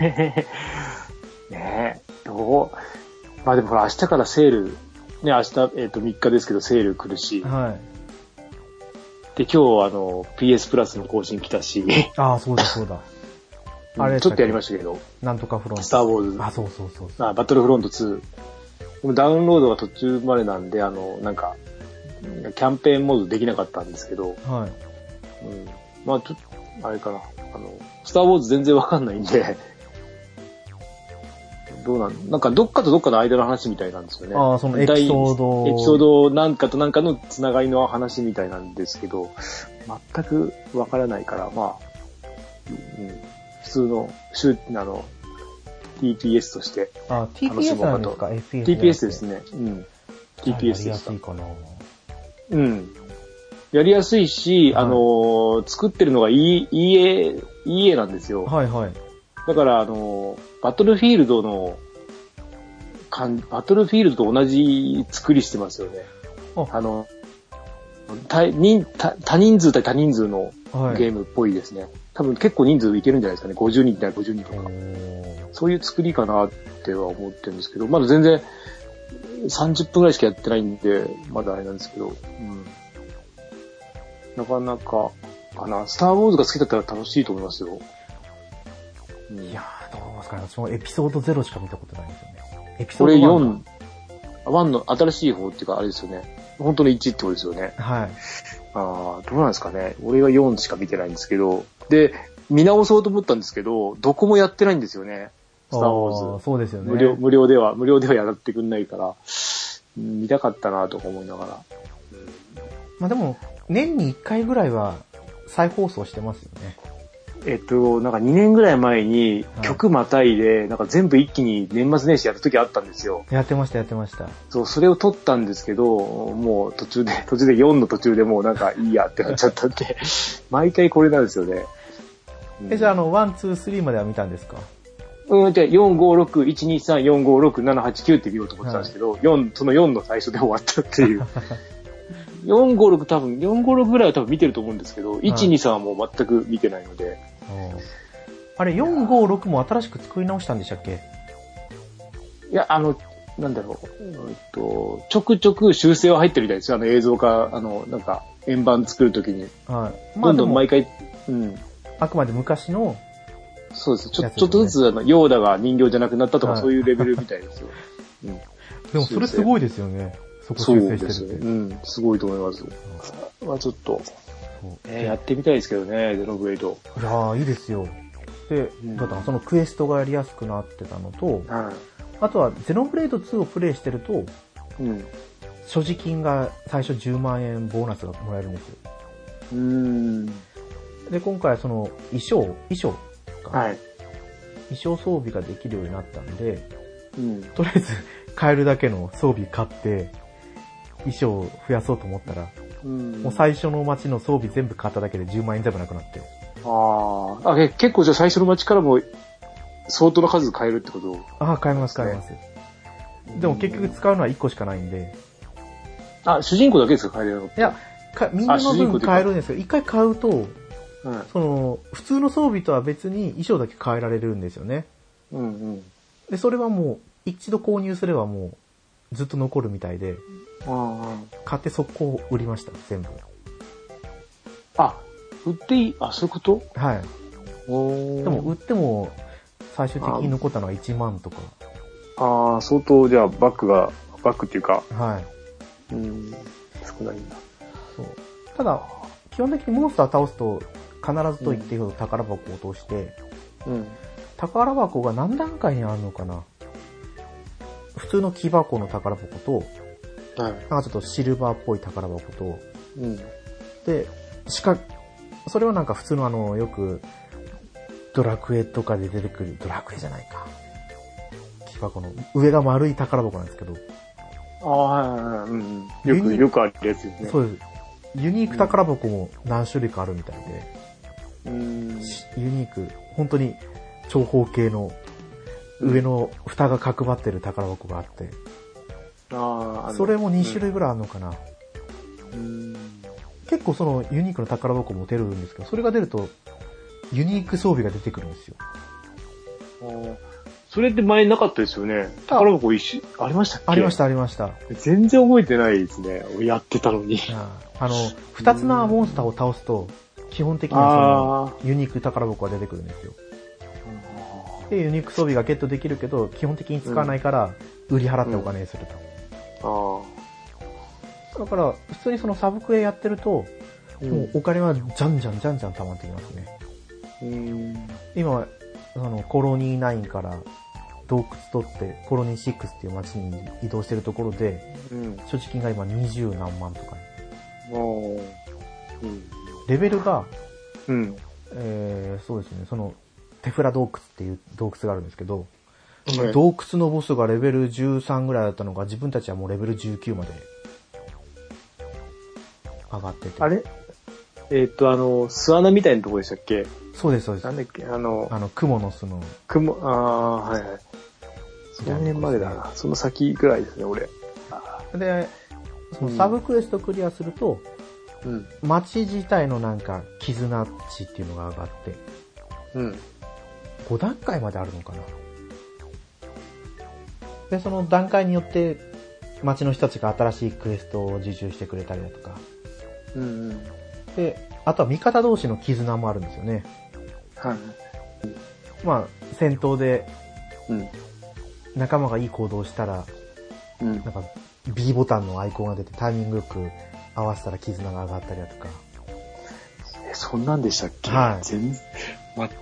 Speaker 2: え (laughs) ねえ、どうまあでもほら、明日からセール、ね、明日、えっ、と、3日ですけど、セール来るし、
Speaker 1: はい。
Speaker 2: で、今日、あの、PS プラスの更新来たし、
Speaker 1: ああ、そうだそう
Speaker 2: (laughs)
Speaker 1: だ。あれ
Speaker 2: ちょっとやりましたけど、
Speaker 1: なんとかフロント。
Speaker 2: スターウォーズ
Speaker 1: あ、そうそうそうそう。
Speaker 2: あ、バトルフロント2。でもダウンロードが途中までなんで、あの、なんか、キャンペーンモードできなかったんですけど、
Speaker 1: はい。
Speaker 2: うん、まあちょっと、あれかな、あの、スターウォーズ全然わかんないんで、 (laughs) どうなん、なんかどっかとどっかの間の話みたいなんですよね。
Speaker 1: ああそのエピソード
Speaker 2: 第エピソードなんかとなんかのつながりの話みたいなんですけど、全くわからないから、まあ、うん、普通の、シューあの、TPS として、
Speaker 1: あ、
Speaker 2: 楽し
Speaker 1: TPS
Speaker 2: もう
Speaker 1: な
Speaker 2: か
Speaker 1: んです
Speaker 2: と
Speaker 1: か ?FPS。
Speaker 2: TPS です。ね。うん。TPS
Speaker 1: やり
Speaker 2: で
Speaker 1: や
Speaker 2: し
Speaker 1: す
Speaker 2: た
Speaker 1: い。かな。
Speaker 2: うん。やりやすいし、
Speaker 1: はい
Speaker 2: あのー作ってるのが E- EA、EA なんですよ。
Speaker 1: はいはい。
Speaker 2: だから、あのーバトルフィールドの、かんバトルフィールドと同じ作りしてますよね。
Speaker 1: あ
Speaker 2: あの、た人た多人数対多人数の
Speaker 1: はい。
Speaker 2: ゲームっぽいですね。多分結構人数いけるんじゃないですかね。50人対50人とか。
Speaker 1: お
Speaker 2: そういう作りかなっては思ってるんですけど、まだ全然30分ぐらいしかやってないんで、まだあれなんですけど、うん。なかなか、かな。スターウォーズが好きだったら楽しいと思いますよ。うん
Speaker 1: ーいやー、どうですかね。私もエピソード0しか見たことないんですよね。エピソ
Speaker 2: こ
Speaker 1: ード
Speaker 2: れ
Speaker 1: 1。
Speaker 2: 4、1の新しい方っていうか、あれですよね。本当の1ってことですよね。
Speaker 1: はい。
Speaker 2: ああ、どうなんですかね。俺は4しか見てないんですけど、で、見直そうと思ったんですけど、どこもやってないんですよね。スターウォーズ
Speaker 1: あ。そうですよね。
Speaker 2: 無料、無料では、無料ではやってくんないから、うん見たかったなとか思いながら。
Speaker 1: まあでも、年に1回ぐらいは再放送してますよね。
Speaker 2: えっと、なんか2年ぐらい前に
Speaker 1: はい
Speaker 2: 曲またいで、なんか全部一気に年末年始やった時あったんですよ。
Speaker 1: やってました、やってました。
Speaker 2: そう、それを撮ったんですけど、もう途中で、 (laughs) 途中で4の途中でもうなんかいいやって (laughs) なっちゃったんで、毎回これなんですよね。うん
Speaker 1: え、じゃあ、あの、1、2、3までは見たんですか
Speaker 2: うん、じゃあ45612345678って見ようと思ってたんですけど、四その4の最初で終わったっていう。456多分、456ぐらいは多分見てると思うんですけど、123はもう全く見てないので、
Speaker 1: あれ、4、5、6も新しく作り直したんでしたっけ
Speaker 2: いや、あの、なんだろう、うんと、ちょくちょく修正は入ってるみたいですよ。あの映像化、あの、なんか、円盤作るときに。
Speaker 1: はい。ま
Speaker 2: ど
Speaker 1: あ
Speaker 2: ん
Speaker 1: で
Speaker 2: どん
Speaker 1: も、
Speaker 2: 毎回、うん。
Speaker 1: あくまで昔の、
Speaker 2: そうです。ち
Speaker 1: や
Speaker 2: ょ
Speaker 1: つです
Speaker 2: ちょ
Speaker 1: ね
Speaker 2: っとずつ、あの、ヨーダが人形じゃなくなったと
Speaker 1: は
Speaker 2: か、
Speaker 1: い
Speaker 2: そういうレベルみた
Speaker 1: (laughs)
Speaker 2: いですよ。うん
Speaker 1: でもそれすごいですよね。そこ
Speaker 2: そう
Speaker 1: 修正し
Speaker 2: です
Speaker 1: て
Speaker 2: ね。
Speaker 1: るって。
Speaker 2: うん、すごいと思います。まあちょっと、
Speaker 1: そう
Speaker 2: えーやってみたいですけどね、ゼノブレイド。
Speaker 1: いやー、いいですよ。で
Speaker 2: ん、
Speaker 1: だからそのクエストがやりやすくなってたのと、
Speaker 2: は
Speaker 1: あとはゼノブレード2をプレイしてると、
Speaker 2: い。うん。
Speaker 1: 所持金が最初10万円ボーナスがもらえるんですよ。
Speaker 2: うん。
Speaker 1: で、今回はその衣装、衣装か、
Speaker 2: はい。
Speaker 1: 衣装装備ができるようになったんで、
Speaker 2: うん。
Speaker 1: とりあえず (laughs) 買えるだけの装備買って、衣装を増やそうと思ったら、
Speaker 2: うん
Speaker 1: もう最初の街の装備全部買っただけで10万円全部なくなって。
Speaker 2: ああ。あ、え結構じゃあ最初の街からも相当な数変えるってこと
Speaker 1: ああ、買えます、買えます。でも結局使うのは1個しかないんで、
Speaker 2: あ、主人公だけですか変えれるの
Speaker 1: いや、かみんなの
Speaker 2: 主人公
Speaker 1: 分
Speaker 2: というか
Speaker 1: 買えるんですけど、一回買うと、
Speaker 2: はい。
Speaker 1: その、普通の装備とは別に衣装だけ変えられるんですよね。
Speaker 2: うんうん。
Speaker 1: で、それはもう、一度購入すればもう、ずっと残るみたいで、
Speaker 2: あ
Speaker 1: 買って速攻売りました、全部。
Speaker 2: あ。あ、売っていいあ、そういうこと
Speaker 1: はい。
Speaker 2: お
Speaker 1: でも、売っても、最終的に残ったのは1万とか。
Speaker 2: ああ、相当じゃあバックが、バックっていうか、
Speaker 1: はい。
Speaker 2: うん、少ないんだ。
Speaker 1: そう。ただ、基本的にモンスター倒すと、必ずと言っていいほど宝箱を落として、
Speaker 2: うん。
Speaker 1: 宝箱が何段階にあるのかな普通の木箱の宝箱と、な
Speaker 2: はい。
Speaker 1: んかちょっとシルバーっぽい宝箱と、
Speaker 2: うん。
Speaker 1: で、しか、それはなんか普通のあの、よく、ドラクエとかで出てくる、ドラクエじゃないか。木箱の、上が丸い宝箱なんですけど、
Speaker 2: ああ、はいはいはい。うんうん。よ
Speaker 1: ユニ
Speaker 2: く、よくあるやつですね。。
Speaker 1: そううです。ユニーク宝箱も何種類かあるみたいで、
Speaker 2: うん。
Speaker 1: しユニーク、本当に長方形の上の蓋が角張ってる宝箱があって、
Speaker 2: ああ、あの
Speaker 1: それも2種。類ぐらいあるのかな。
Speaker 2: うん。
Speaker 1: 結構そのユニークの宝箱も出るんですけど、それが出ると、ユニーク装備が出てくるんですよ。
Speaker 2: うんああそれって前なかったですよね。宝箱一種、ありましたっけ
Speaker 1: ありまし。た、ありました。
Speaker 2: 全然覚えてないですね。俺やってたのに。
Speaker 1: ああの、二つのモンスターを倒すと、基本的には
Speaker 2: ああ。
Speaker 1: そのユニーク宝箱が出てくるんですよ。で、ユニーク装備がゲットできるけど、基本的に使わないから、売り払ってお金にする
Speaker 2: ああ。
Speaker 1: と。だから、普通にそのサブクエやってると、もうお金はじゃんじゃんじゃんじゃん溜まってきますね。
Speaker 2: うん。
Speaker 1: 今は、あの、コロニー9から洞窟取って、コロニー6っていう街に移動してるところで、
Speaker 2: うん。
Speaker 1: 所持金が今20何万とかに。
Speaker 2: おーうん。
Speaker 1: レベルが、
Speaker 2: うん。
Speaker 1: えー、そうですね、その、テフラ洞窟っていう洞窟があるんですけど、
Speaker 2: はい
Speaker 1: 洞窟のボスがレベル13ぐらいだったのが、自分たちはもうレベル19まで上がってて。
Speaker 2: あれえーっと、あの、巣穴みたいなとこでしたっけ
Speaker 1: そうです、そうで
Speaker 2: な
Speaker 1: す。
Speaker 2: んだっけあの、
Speaker 1: あの、雲の巣の、
Speaker 2: 雲、ああー、はいはい。その辺までだな。その先ぐらいですね、俺。
Speaker 1: で、そのサブクエストクリアすると、
Speaker 2: うん。
Speaker 1: 街自体のなんか、絆値っていうのが上がって、
Speaker 2: うん。
Speaker 1: 5段階まであるのかな。で、その段階によって、街の人たちが新しいクエストを受注してくれたりだとか、
Speaker 2: うんうん。
Speaker 1: で、あとは味方同士の絆もあるんですよね。
Speaker 2: はい。
Speaker 1: まあ、戦闘で
Speaker 2: うん。
Speaker 1: 仲間がいい行動をしたら、
Speaker 2: うん
Speaker 1: なん。か B ボタンのアイコンが出てタイミングよく合わせたら絆が上がったりだとか。
Speaker 2: えそんなんでしたっけ
Speaker 1: はい
Speaker 2: 全然、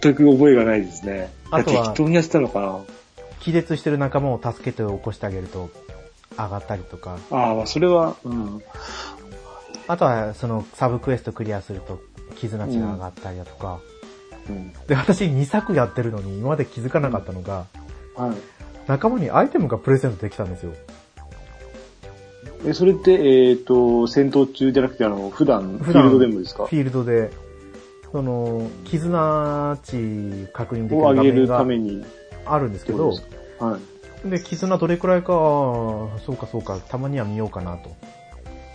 Speaker 2: 全く覚えがないですね。
Speaker 1: あとは
Speaker 2: 適当にやってたのかな
Speaker 1: 気絶してる仲間を助けて起こしてあげると上がったりとか。
Speaker 2: ああ、まあそれは、うん。
Speaker 1: あとはそのサブクエストクリアすると絆値が上がったりだとか。
Speaker 2: うん。
Speaker 1: で、私2作やってるのに今まで気づかなかったのが、
Speaker 2: はい。
Speaker 1: 仲間にアイテムがプレゼントできたんですよ。
Speaker 2: え、それって、えっ、と、戦闘中じゃなくて、あの、普段、フィ
Speaker 1: 普
Speaker 2: ー
Speaker 1: 段
Speaker 2: ルドでもですか
Speaker 1: フィールドで、その、絆値確認できる
Speaker 2: を
Speaker 1: 画
Speaker 2: 上げる
Speaker 1: 面
Speaker 2: た
Speaker 1: が
Speaker 2: めに。
Speaker 1: あるんですけど、
Speaker 2: はい。
Speaker 1: で、絆どれくらいか、あーそうかそうか、たまには見ようかなと。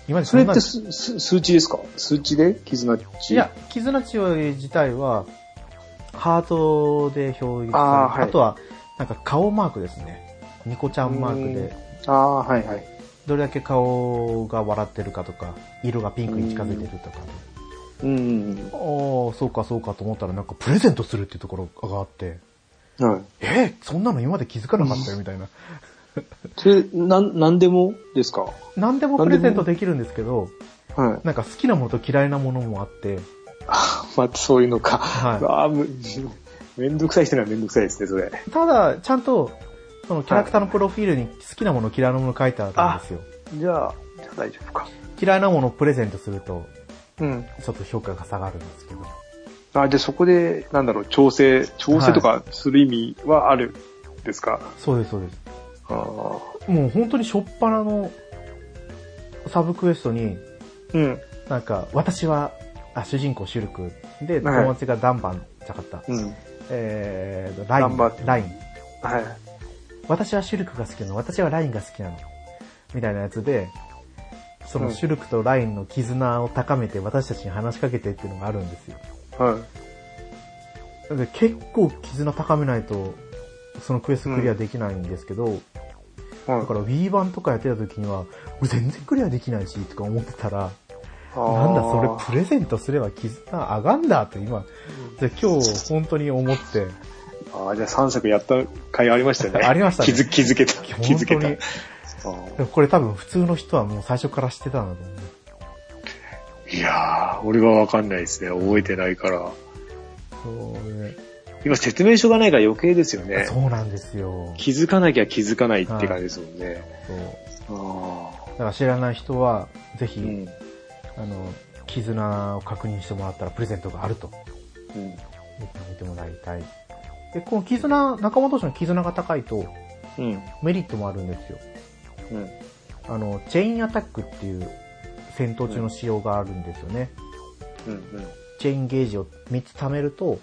Speaker 1: 今まで
Speaker 2: それっ
Speaker 1: んな
Speaker 2: てすす数値ですか数値で絆値
Speaker 1: いや、絆値自体は、ハートで表示される。
Speaker 2: あ
Speaker 1: あ,、
Speaker 2: ーはい
Speaker 1: とは、なんか顔マークですね。ニコちゃんマークで、
Speaker 2: ああ、はいはい。
Speaker 1: どれだけ顔が笑ってるかとか、色がピンクに近づいてるとかで。
Speaker 2: うんうん
Speaker 1: ああ、そうかそうかと思ったら、なんかプレゼントするっていうところがあって、
Speaker 2: うん。はい。
Speaker 1: えそんなの今まで気づかなかったよみたいな。
Speaker 2: それ、なん、なんでもですか
Speaker 1: 何でもプレゼントできるんですけど、
Speaker 2: はい。
Speaker 1: なんか好きなものと嫌いなものもあって、
Speaker 2: まあ、そういう (laughs) のか。
Speaker 1: はい
Speaker 2: ああ、む、めんどくさい人にはめんどくさいですね、それ。
Speaker 1: ただ、ちゃんと、そのキャラクターのプロフィールに好きなもの、嫌いなもの書いてあったんですよ。
Speaker 2: じゃあ、じゃあ大丈夫か。
Speaker 1: 嫌いなものをプレゼントすると、
Speaker 2: うん。
Speaker 1: ちょっと評価が下がるんですけど。
Speaker 2: あじゃあそこで、なんだろう、調整、調整とかする意味はあるんですか、
Speaker 1: そうです、そうです。
Speaker 2: ああ
Speaker 1: もう本当に初っ端のサブクエストに、
Speaker 2: うん。
Speaker 1: なんか、私は、あ、主人公シュルク。で、
Speaker 2: はい
Speaker 1: 友達がダンバンじゃかった。
Speaker 2: うん。
Speaker 1: えー、ライ
Speaker 2: ダンバ
Speaker 1: ン、ライン。
Speaker 2: はい。
Speaker 1: 私はシュルクが好きなの、私はラインが好きなの。みたいなやつで、そのシュルクとラインの絆を高めて私たちに話しかけてっていうのがあるんですよ。
Speaker 2: は
Speaker 1: で結構絆高めないと、そのクエストクリアできないんですけど、
Speaker 2: い。はい。
Speaker 1: だから Wii 版とかやってた時には、俺全然クリアできないし、とか思ってたら、
Speaker 2: あー
Speaker 1: なんだそれプレゼントすれば絆上がんだって今、で今日本当に思って、
Speaker 2: ああ、じゃあ3作やった回ありましたね。
Speaker 1: ありましたね
Speaker 2: 気づ気づけた。気づ
Speaker 1: 本当
Speaker 2: け
Speaker 1: に、
Speaker 2: た。
Speaker 1: で
Speaker 2: あ
Speaker 1: もこれ多分普通の人はもう最初から知ってたんだと思う。
Speaker 2: ーいやー、俺はわかんないですね。覚えてないから。
Speaker 1: そうね
Speaker 2: 今説明書がないから余計ですよね。
Speaker 1: そうなんですよ。
Speaker 2: 気づかなきゃ気づかないって感じですもんね。
Speaker 1: そう
Speaker 2: あ
Speaker 1: だから知らない人は、ぜ
Speaker 2: あ。
Speaker 1: ひ、
Speaker 2: うん。
Speaker 1: あの、絆を確認してもらったらプレゼントがあると
Speaker 2: うん。
Speaker 1: 見てもらいたい。で、この絆、仲間同士の絆が高いと
Speaker 2: うん。
Speaker 1: メリットもあるんですよ。
Speaker 2: うん。
Speaker 1: あの、チェインアタックっていう戦闘中の仕様があるんですよね。
Speaker 2: うん。
Speaker 1: チェインゲージを3つ貯めると、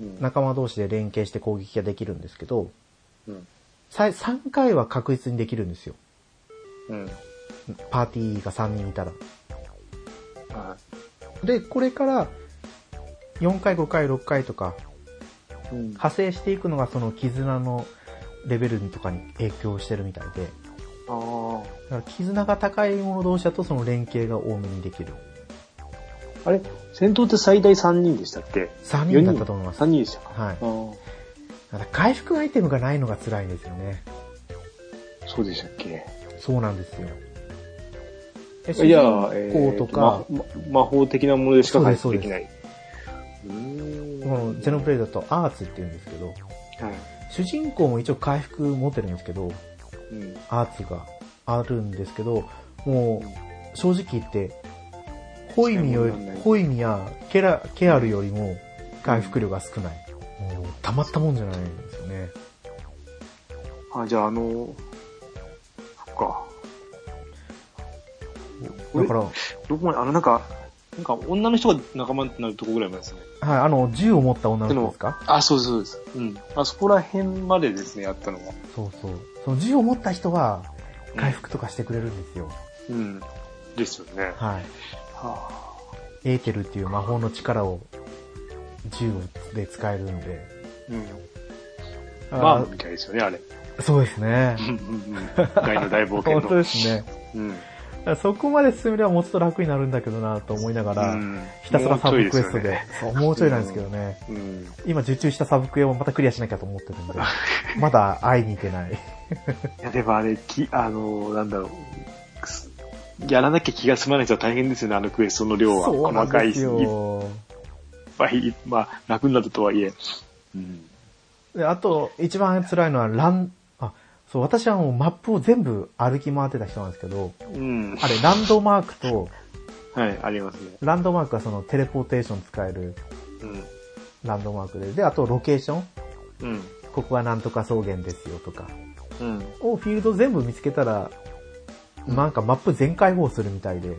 Speaker 2: うん。
Speaker 1: 仲間同士で連携して攻撃ができるんですけど、
Speaker 2: うん。
Speaker 1: さ3回は確実にできるんですよ。
Speaker 2: うん。
Speaker 1: パーティーが3人いたら。
Speaker 2: は
Speaker 1: で、これから、4回、5回、6回とか、
Speaker 2: い。うん。あ
Speaker 1: 派生していくのがその絆のレベルとかに影響してるみたいで、
Speaker 2: あー。
Speaker 1: だから絆が高い者同士だとその連携が多めにできる。
Speaker 2: あれ戦闘って最大3人でしたっけ
Speaker 1: 3
Speaker 2: ?4
Speaker 1: 人
Speaker 2: 人
Speaker 1: だったと思います。は
Speaker 2: 3
Speaker 1: い。
Speaker 2: 人でしたか。
Speaker 1: だ
Speaker 2: ああ。
Speaker 1: から回復アイテムがないのが辛いんですよね。
Speaker 2: そうでしたっけ
Speaker 1: そうなんですよ。え
Speaker 2: いや、
Speaker 1: 主
Speaker 2: え
Speaker 1: 人公
Speaker 2: ー
Speaker 1: と
Speaker 2: と
Speaker 1: か
Speaker 2: か、、ま魔法的なものでしか回
Speaker 1: そう
Speaker 2: 復
Speaker 1: で
Speaker 2: ですき
Speaker 1: そう
Speaker 2: な
Speaker 1: で
Speaker 2: い。うー
Speaker 1: こ
Speaker 2: ん
Speaker 1: のゼノプレイだとアーツって言うんですけど、
Speaker 2: はい。
Speaker 1: 主人公も一応回復持ってるんですけど、
Speaker 2: うん。
Speaker 1: アーツがあるんですけど、もう、正直言って、ホイミより
Speaker 2: そうなんだよ、
Speaker 1: ホイミやケラ、ケアルよりも回復量が少ない。もう、たまったもんじゃないんですよね。
Speaker 2: あ、じゃああの、そっか。
Speaker 1: だから、はい、
Speaker 2: どこまで、あのなんか、なんか女の人が仲間になるとこぐらいまでですね。
Speaker 1: あの、銃を持った女の子ですか
Speaker 2: あ、そうですそうです。うん。あそこら辺までですね、やったのは。
Speaker 1: そうそう。その銃を持った人は、回復とかしてくれるんですよ。
Speaker 2: うん。ですよね。
Speaker 1: はい。
Speaker 2: は
Speaker 1: エーテルっていう魔法の力を、銃で使えるんで。
Speaker 2: あ、うん。マ
Speaker 1: あ
Speaker 2: ームみたいですよね、あれ。
Speaker 1: ーそうですね
Speaker 2: う。んうんうん。大の大冒険
Speaker 1: (laughs) 本当で
Speaker 2: の。
Speaker 1: すね。
Speaker 2: うん。
Speaker 1: だからそこまで進めればもうちょっと楽になるんだけどなと思いながら、
Speaker 2: うん
Speaker 1: ひたすらサブクエ
Speaker 2: もう
Speaker 1: ス
Speaker 2: ちょ
Speaker 1: ト
Speaker 2: い
Speaker 1: で、
Speaker 2: す
Speaker 1: そうもうちょいなんですけどね、
Speaker 2: よねうん。
Speaker 1: 今受注したサブクエをまたクリアしなきゃと思ってるん
Speaker 2: (laughs)
Speaker 1: で、まだ会いに行けない。
Speaker 2: いや、でもあれ、き、あのーなんだろうくす。やらなきゃ気が済まない人は大変ですよね、あのクエストの量は。
Speaker 1: そうなん
Speaker 2: 細か
Speaker 1: で
Speaker 2: い、い
Speaker 1: す
Speaker 2: っ
Speaker 1: よ。
Speaker 2: ぱい、まあ、楽になったとはいえ。うん。
Speaker 1: であと、一番辛いのはラン、あ、そう、私はもうマップを全部歩き回ってた人なんですけど、
Speaker 2: うん。
Speaker 1: あれ、ランドマークと、
Speaker 2: はい、ありますね。
Speaker 1: ランドマークはそのテレポーテーション使える
Speaker 2: うん。
Speaker 1: ランドマークで、で、あとロケーション、
Speaker 2: うん。
Speaker 1: ここはなんとか草原ですよとか、
Speaker 2: うん。
Speaker 1: をフィールド全部見つけたら、なんかマップ全開放するみたいで、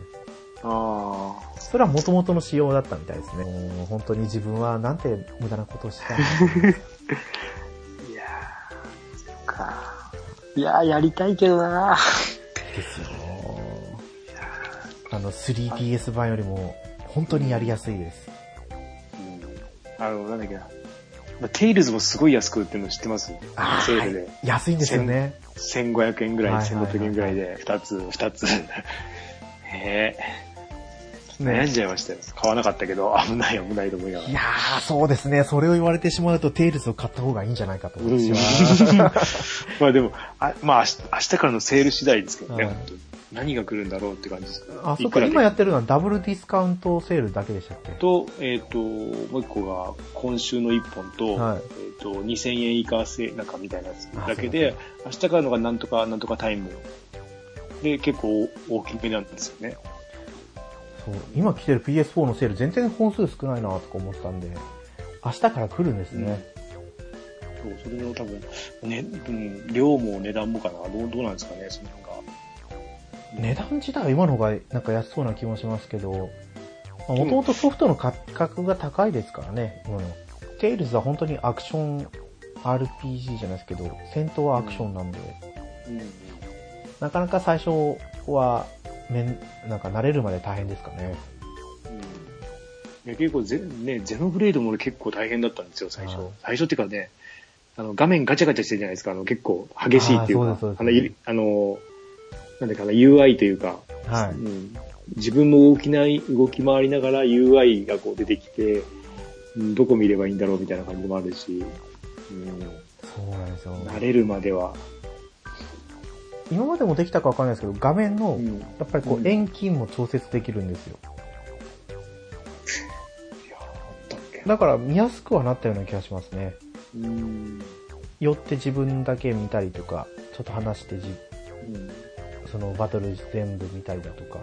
Speaker 2: ああ。
Speaker 1: それは元々の仕様だったみたいですね。もう本当に自分はなんて無駄なことをしたんだ
Speaker 2: いやー、そっか。いやー、やりたいけどな
Speaker 1: (laughs) ですよ。あの、3DS 版よりも本当にやりやすいです。
Speaker 2: うん。あの、なんだっけな。まあテイルズもすごい安く売ってるの知ってます
Speaker 1: あ
Speaker 2: セ
Speaker 1: ー
Speaker 2: ールで。
Speaker 1: はい安いんですよね。
Speaker 2: 1500円ぐらい、
Speaker 1: はいはいはい
Speaker 2: 1600円ぐらいで、2つ、2
Speaker 1: (laughs)
Speaker 2: つ。へえ。
Speaker 1: ね
Speaker 2: 悩んじゃいましたよ。買わなかったけど、危ない危ないと思いなが
Speaker 1: い
Speaker 2: ら。
Speaker 1: やー、そうですね。それを言われてしまうと、テイルズを買った方がいいんじゃないかと
Speaker 2: うん
Speaker 1: 私 (laughs) は。
Speaker 2: まあでも、あまあ明日明日からのセール次第ですけどね、
Speaker 1: はい
Speaker 2: 本当に何が来るんだろうって感じですけど。
Speaker 1: あ、そっ
Speaker 2: いく
Speaker 1: か、
Speaker 2: らで
Speaker 1: 今やってるのはダブルディスカウントセールだけでしたっけ
Speaker 2: と、えっ、と、もう一個が、今週の一本と、
Speaker 1: はい
Speaker 2: えっ、と、2000円以下せ、なんかみたいなやつ
Speaker 1: あ
Speaker 2: だけ
Speaker 1: そう
Speaker 2: で、明日からのがなんとか、なんとかタイム。で、結構大きめなんですよね。
Speaker 1: そう、今来てる PS4 のセール全然本数少ないなとか思ってたんで、明日から来るんですね。
Speaker 2: そう、それの多分、ね、うん、量も値段もかな。どう、どうなんですかね、その辺が。
Speaker 1: 値段自体は今の方がなんか安そうな気もしますけど、まあもともとソフトの価格が高いですからね、今の。テイルズは本当にアクション RPG じゃないですけど、戦闘はアクションなんで、
Speaker 2: うん。
Speaker 1: なかなか最初は、めん、なんか慣れるまで大変ですかね。
Speaker 2: うんいや結構ゼ、ね、ゼノブレイドも俺結構大変だったんですよ、最初。
Speaker 1: はい
Speaker 2: 最初っていうかね、あの、画面ガチャガチャしてるじゃないですか、あの、結構激しいっていう
Speaker 1: あ
Speaker 2: か
Speaker 1: ー、そうですそ
Speaker 2: あ
Speaker 1: う
Speaker 2: の、
Speaker 1: です
Speaker 2: いあの、なんだかな、UI というか、
Speaker 1: は
Speaker 2: うん、自分も動きない、動き回りながら UI がこう出てきて、うんどこ見ればいいんだろうみたいな感じもあるし、うん、
Speaker 1: い。そうなんですよ。
Speaker 2: 慣れるまでは。
Speaker 1: 今までもできたかわかんないですけど、画面
Speaker 2: う
Speaker 1: の、
Speaker 2: ん、い
Speaker 1: やっぱりこ
Speaker 2: うん
Speaker 1: う、遠近も調節できるんですよ。
Speaker 2: やあったっけ
Speaker 1: だから見やすくはなったような気がしますね。
Speaker 2: うん、
Speaker 1: 寄って自分だけ見たりとか、ちょっと話してじ、
Speaker 2: うん、
Speaker 1: そのバトル全部見たりだとか。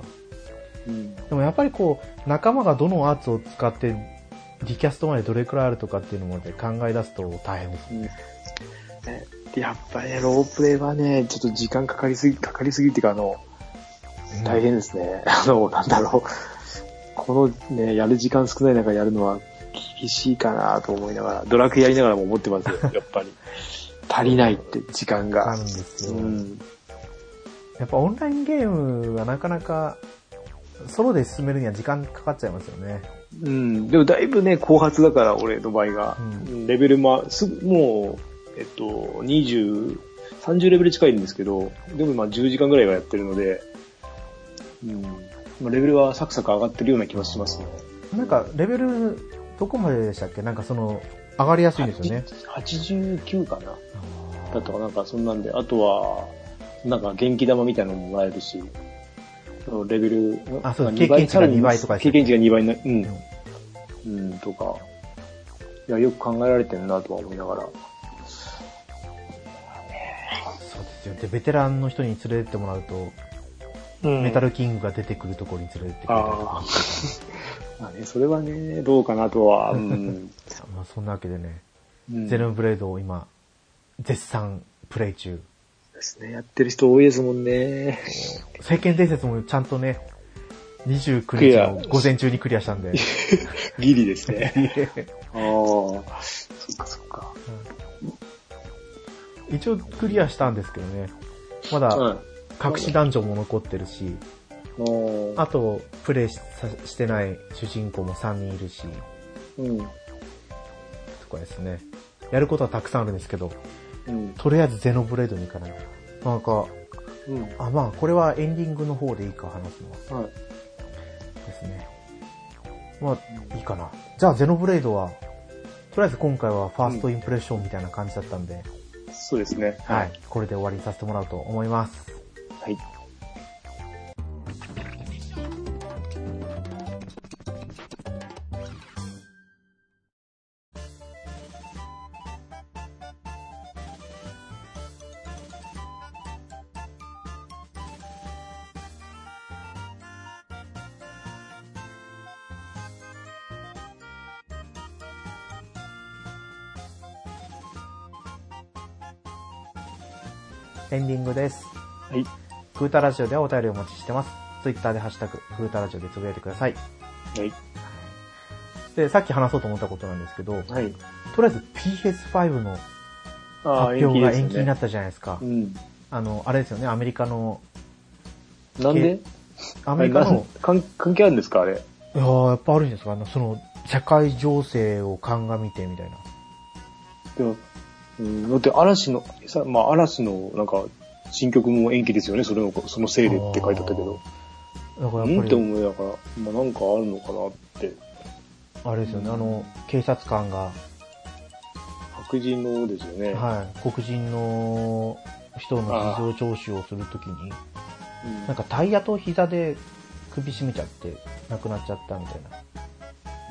Speaker 2: うん、
Speaker 1: でもやっぱりこう、仲間がどのアーツを使って、リキャストまでどれくらいあるとかっていうのもね考え出すと大変です。
Speaker 2: ねやっぱりね、ロープレイはね、ちょっと時間かかりすぎ、かかりすぎっていうか、あの、大変ですね。 (laughs) あの、なんだろう。このね、やる時間少ない中やるのは厳しいかなと思いながら、ドラクエやりながらも思ってますよ、やっぱり。足りないって、時間
Speaker 1: あ
Speaker 2: が
Speaker 1: るん。です
Speaker 2: う
Speaker 1: よ。
Speaker 2: ん。
Speaker 1: やっぱオンラインゲームはなかなか、ソロで進めるには時間かかっちゃいますよね。
Speaker 2: うん。でもだいぶね、後発だから、俺の場合が。
Speaker 1: う
Speaker 2: レベルも、すぐ、もう、えっと、20、30レベル近いんですけど、でもまあ10時間ぐらいはやってるので、うん。まあ、レベルはサクサク上がってるような気はしますね。
Speaker 1: なんか、レベル、どこまででしたっけなんかその、上がりやすいんですよね。
Speaker 2: 89かなだったかなんかそんなんで、あとは、なんか元気玉みたいなのももらえるし、レベル、
Speaker 1: あそうだ
Speaker 2: なん
Speaker 1: 経
Speaker 2: か
Speaker 1: 験値が2倍とかです
Speaker 2: 経
Speaker 1: ね
Speaker 2: 験値が2倍になうん、うん、とか、いや、よく考えられてるなとは思いながら、
Speaker 1: そうですよ。で、ベテランの人に連れてってもらうと、メタルキングが出てくるところに連れてってくれたりと
Speaker 2: あ
Speaker 1: か
Speaker 2: あ。 (laughs) まあね、それはね、どうかな
Speaker 1: (laughs)
Speaker 2: とは、うん。
Speaker 1: まあ、そんなわけでね、
Speaker 2: うん
Speaker 1: ゼノブレードを今、絶賛プレイ中。
Speaker 2: ですね。やってる人多いですも
Speaker 1: (laughs)
Speaker 2: んね。
Speaker 1: 聖剣伝説もちゃんとね、29
Speaker 2: クリ
Speaker 1: 日
Speaker 2: ア
Speaker 1: の午前中にクリアしたんで。
Speaker 2: ギリで
Speaker 1: (laughs)
Speaker 2: すね。ああ、そっかそっか。
Speaker 1: 一応クリアしたんですけどね。まだ
Speaker 2: は
Speaker 1: 隠しダンジョンも残ってるし、
Speaker 2: い。も
Speaker 1: あとプレイしさしてない主人公も3人いるし、
Speaker 2: う、うん。
Speaker 1: とかですね。やることはたくさんあるんですけど、
Speaker 2: うん。
Speaker 1: とりあえずゼノブレードに行かないと。なんか、
Speaker 2: うん。
Speaker 1: あ、まあこれはエンディングの方でいいか話すのは
Speaker 2: はい。
Speaker 1: ですね。まあいいかな。じゃあゼノブレードは、とりあえず今回はファーストインプレッションみたいな感じだったんで、
Speaker 2: そうですね。
Speaker 1: はい。。これで終わりにさせてもらおうと思います。
Speaker 2: はい。
Speaker 1: エンディングです。
Speaker 2: はい。
Speaker 1: グータラジオではお便りをお待ちしてます。ツイッターでハッシュタグ、グータラジオでつぶやいてください。
Speaker 2: はい。
Speaker 1: で、さっき話そうと思ったことなんですけど、
Speaker 2: はい。
Speaker 1: とりあえず PS5 の
Speaker 2: あ
Speaker 1: 発表が延期にな
Speaker 2: っ
Speaker 1: ったじゃないですか。
Speaker 2: うん。
Speaker 1: あの、あれですよね、アメリカの、
Speaker 2: なんで
Speaker 1: ア
Speaker 2: ア
Speaker 1: メリカの、
Speaker 2: 関関係あるんですかあれ。
Speaker 1: いやーやっぱあるんですかあの、その、社会情勢を鑑みてみたいな。
Speaker 2: でも、うん、だって嵐の、さまあ嵐のなんか、新曲も延期ですよね、それの、そのせいでって書いてあったけど。
Speaker 1: だか
Speaker 2: う
Speaker 1: らや
Speaker 2: ん
Speaker 1: っ
Speaker 2: っ
Speaker 1: ぱり、
Speaker 2: て思いながら、まあなんかあるのかなって。
Speaker 1: あれですよね、あの、警察官が、
Speaker 2: 白人のですよね。
Speaker 1: はい、黒人の人の事情聴取をするときに、
Speaker 2: うん
Speaker 1: なんかタイヤと膝で首絞めちゃって、亡くなっちゃったみたいな。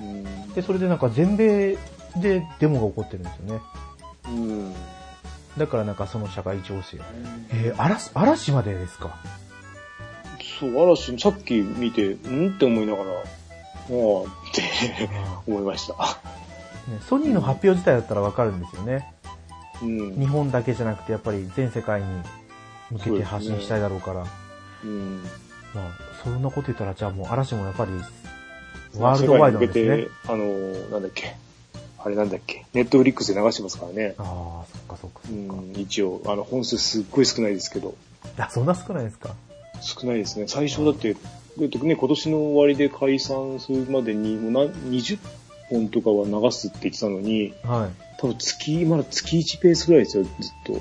Speaker 2: うん
Speaker 1: で、それでなんか全米でデモが起こってるんですよね。
Speaker 2: うん。
Speaker 1: だからなんかその社会情勢。えー、嵐、嵐までですか
Speaker 2: そう、嵐、さっき見て、うんって思いながら、ああって
Speaker 1: ね
Speaker 2: (laughs) 思いました。
Speaker 1: ソニーの発表自体だったらわかるんですよね。
Speaker 2: うん
Speaker 1: 日本だけじゃなくてやっぱり全世界に向けて発信したいだろうから、
Speaker 2: うん
Speaker 1: まあ、そんなこと言ったら、じゃあもう嵐もやっぱり、
Speaker 2: まあ
Speaker 1: ワールドワイドなんで
Speaker 2: 世
Speaker 1: す
Speaker 2: 界に向け
Speaker 1: ね
Speaker 2: て。、あのー、なんだっけ。あれなんだっけ。ネットフリックスで流してますからね。
Speaker 1: ああ、そっかそっか
Speaker 2: う
Speaker 1: そっ
Speaker 2: ん、一応、あの、本数すっごい少ないですけど。
Speaker 1: か。あ、そんな少ないですか。
Speaker 2: 少ないですね。最初だって、だってね、今年の終わりで解散するまでに、もうな20本とかは流すって言ってたのに、
Speaker 1: はい。
Speaker 2: 多分月、まだ月1ペースぐらいですよ、ずっと。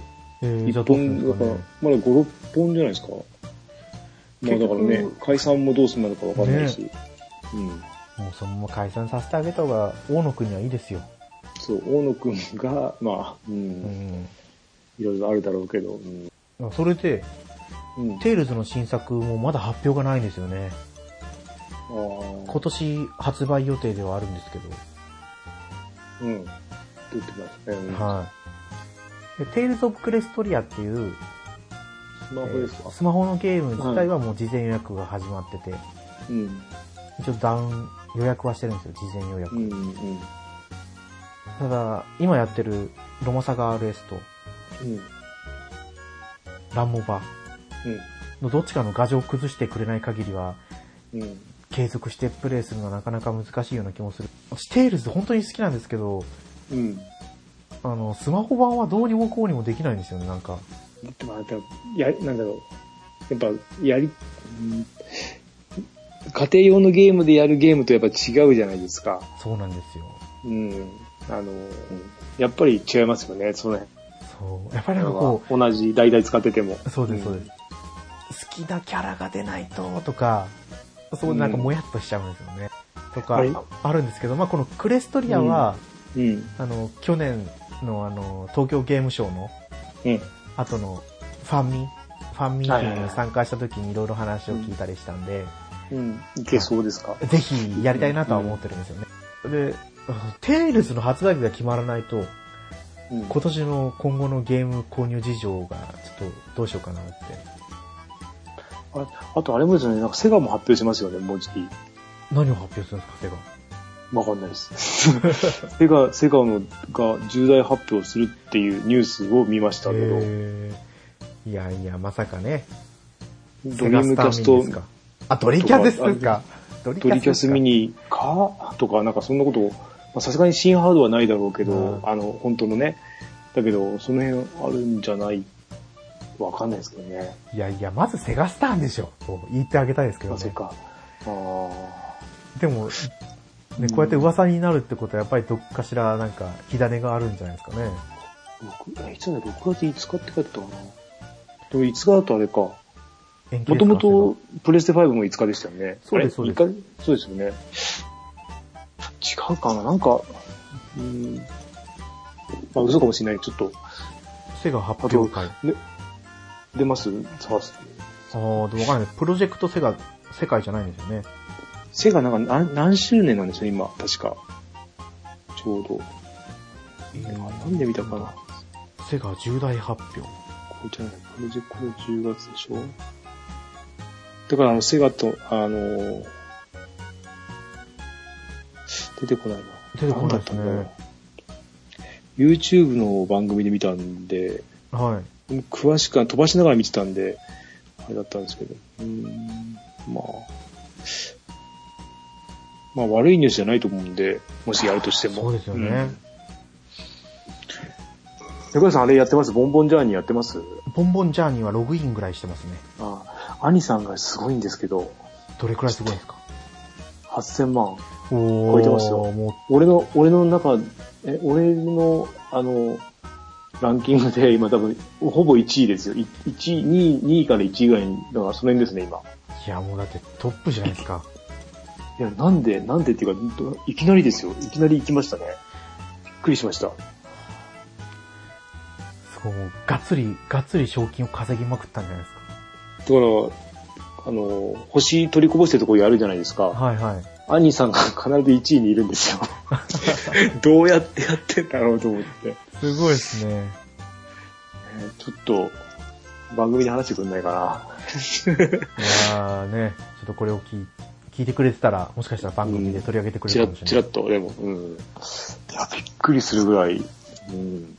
Speaker 1: えー、じゃ
Speaker 2: 1
Speaker 1: あどうするん
Speaker 2: 本、
Speaker 1: で
Speaker 2: だ
Speaker 1: す
Speaker 2: か
Speaker 1: からね。、
Speaker 2: まだ5、6本じゃないですか。
Speaker 1: 結
Speaker 2: まあだ
Speaker 1: 局
Speaker 2: からね、解散もどうするのかわかんないし。うん。
Speaker 1: もうそのまま解散させてあげた方が、大野くんにはいいですよ。
Speaker 2: そう、大野くんが、まあ、う、
Speaker 1: うんん。
Speaker 2: いろいろあるだろうけど、うん。
Speaker 1: それで、
Speaker 2: うん、
Speaker 1: テイルズの新作もまだ発表がないんですよね。
Speaker 2: ああ
Speaker 1: 今、年発売予定ではあるんですけど。
Speaker 2: うん。出てますね。うん
Speaker 1: はい。で、テイルズ・オブ・クレストリアっていう、
Speaker 2: スマホです
Speaker 1: え
Speaker 2: か
Speaker 1: ー。スマホのゲーム自体はもう事前予約が始まってて、
Speaker 2: うん。
Speaker 1: 一応ダウン予約はしてるんですよ、事前予約。
Speaker 2: うん、うん。
Speaker 1: ただ、今やってるロマサガ RS と
Speaker 2: うん。
Speaker 1: ランモバ
Speaker 2: うん。
Speaker 1: のどっちかの画像を崩してくれない限りは、
Speaker 2: うん。
Speaker 1: 継続してプレイするのはなかなか難しいような気もする。私テイルズ本当に好きなんですけど、
Speaker 2: うん。
Speaker 1: あの、スマホ版はどうにもこうにもできないんですよね、なんか。
Speaker 2: まあ、でもや、なんだろう。やっぱ、やり、うん家庭用のゲームでやるゲームとやっぱ違うじゃないですか。
Speaker 1: そうなんですよ。
Speaker 2: うん。あの、やっぱり違いますよね、その辺
Speaker 1: そう。やっぱりなんかこ
Speaker 2: は。同じ題材使ってても。
Speaker 1: う、そうです、そうです。好きなキャラが出ないと、とか、そうなんかもやっとしちゃうんですよね。とか
Speaker 2: はい、
Speaker 1: あるんですけど、まあこのクレストリアは、
Speaker 2: す。うん。
Speaker 1: あの、去年のあの、東京ゲームショウの
Speaker 2: うん。
Speaker 1: 後のファンミ、ファンミーティングに参加した時にいろいろ話を聞いたりしたんで、
Speaker 2: うん。いけそうですか。
Speaker 1: ぜひやりたいなとは思ってるんですよね。で、テイルズの発売日が決まらないと、
Speaker 2: うん。
Speaker 1: 今年の今後のゲーム購入事情がちょっとどうしようかなって。
Speaker 2: ああと、あれもですよね、なんかセガも発表しますよね、もうじき。
Speaker 1: 何を発表するんですか、セガ。
Speaker 2: わかんないです。 (laughs) セガ、セガのが重大発表するっていうニュースを見ましたけど、
Speaker 1: へーいやいや、まさかね、
Speaker 2: ド
Speaker 1: セ
Speaker 2: リ
Speaker 1: ガ
Speaker 2: ー
Speaker 1: ス
Speaker 2: ム
Speaker 1: タ
Speaker 2: キャ
Speaker 1: ー
Speaker 2: ス
Speaker 1: ミニ
Speaker 2: ト
Speaker 1: ですか。あ、ドリキャです
Speaker 2: と
Speaker 1: か
Speaker 2: か。
Speaker 1: ドリ
Speaker 2: ドリキャスミ
Speaker 1: ニ。
Speaker 2: ニかとか、なんかそんなことを、まあさすがに新ハードはないだろうけど、
Speaker 1: うん
Speaker 2: あの、本当のね。だけど、その辺あるんじゃないわかんないですけどね。
Speaker 1: いやいや、まずセガスターンでしょ。と言ってあげたいですけど
Speaker 2: あ、そっ
Speaker 1: ね。
Speaker 2: か。ああ
Speaker 1: でも、ね、こうやって噂になるってことは、やっぱりどっかしらなんか、火種があるんじゃないですかね。
Speaker 2: ー。いつだ、6月5日って書いてたかな。でも5日だとあれか。も
Speaker 1: 延期です
Speaker 2: と
Speaker 1: か
Speaker 2: もとプレステ5も5日でしたよね。
Speaker 1: そうです
Speaker 2: あれ
Speaker 1: そ
Speaker 2: 5日そうですよね。違うかななんか、うん。まあ嘘かもしれない。ちょっと、
Speaker 1: セガ発表会。あ
Speaker 2: 出ますさあ
Speaker 1: あー、でもわかんない。プロジェクトセガ、世界じゃないんですよね。
Speaker 2: セガなんか何何周年なんでしょう今、確か。ちょうど。なんで見たかな。
Speaker 1: セガ重大発表。
Speaker 2: こちらね、プロジェクト10月でしょだからあの、セガと、あのー出てこないな。
Speaker 1: 出てこないですね
Speaker 2: んだろう YouTube の番組で見たんで、
Speaker 1: はい。
Speaker 2: 詳しくは飛ばしながら見てたんで、あれだったんですけど。うーん、まあ。まあ悪いニュースじゃないと思うんで、もしやるとしても。
Speaker 1: そうですよね。
Speaker 2: うん高橋さんあれやってますボンボンジャーニーやってます
Speaker 1: ボンボンジャーニーはログインぐらいしてますね。
Speaker 2: あ、兄さんがすごいんですけど、
Speaker 1: どれくらいすごいですか
Speaker 2: 8000万。
Speaker 1: お
Speaker 2: 超えてますよ
Speaker 1: も
Speaker 2: 俺の、俺の中、え、俺の、あの、ランキングで今多分、ほぼ1位ですよ。い1位、2位、2位から1位ぐらいに、だからその辺ですね、今。
Speaker 1: う、いやもうだってトップじゃないですか。
Speaker 2: いや、なんで、なんでっていうか、どいきなりですよ。いきなり行きましたね。びっくりしました。
Speaker 1: すごいもう、がっつり、がっつり賞金を稼ぎまくったんじゃないです
Speaker 2: だから、あの、星取りこぼしてるところやるじゃないです
Speaker 1: か。
Speaker 2: か。
Speaker 1: はいはい。
Speaker 2: アニさんが必ず1位にいるん (laughs) ですよ。どうやってやってんだろうと思って。ね
Speaker 1: すごいですね。
Speaker 2: ちょっと、番組で話してくんないか
Speaker 1: いやーね、ちょっとこれを聞い聞いてくれてたら、もしかしたら番組で取り上げてくれ
Speaker 2: な。チ
Speaker 1: る
Speaker 2: ラ
Speaker 1: か
Speaker 2: ッ、
Speaker 1: もし
Speaker 2: チ
Speaker 1: れ
Speaker 2: ラ
Speaker 1: な
Speaker 2: ッ
Speaker 1: い。
Speaker 2: と、でも、うん。いや、びっくりするぐらい、うん。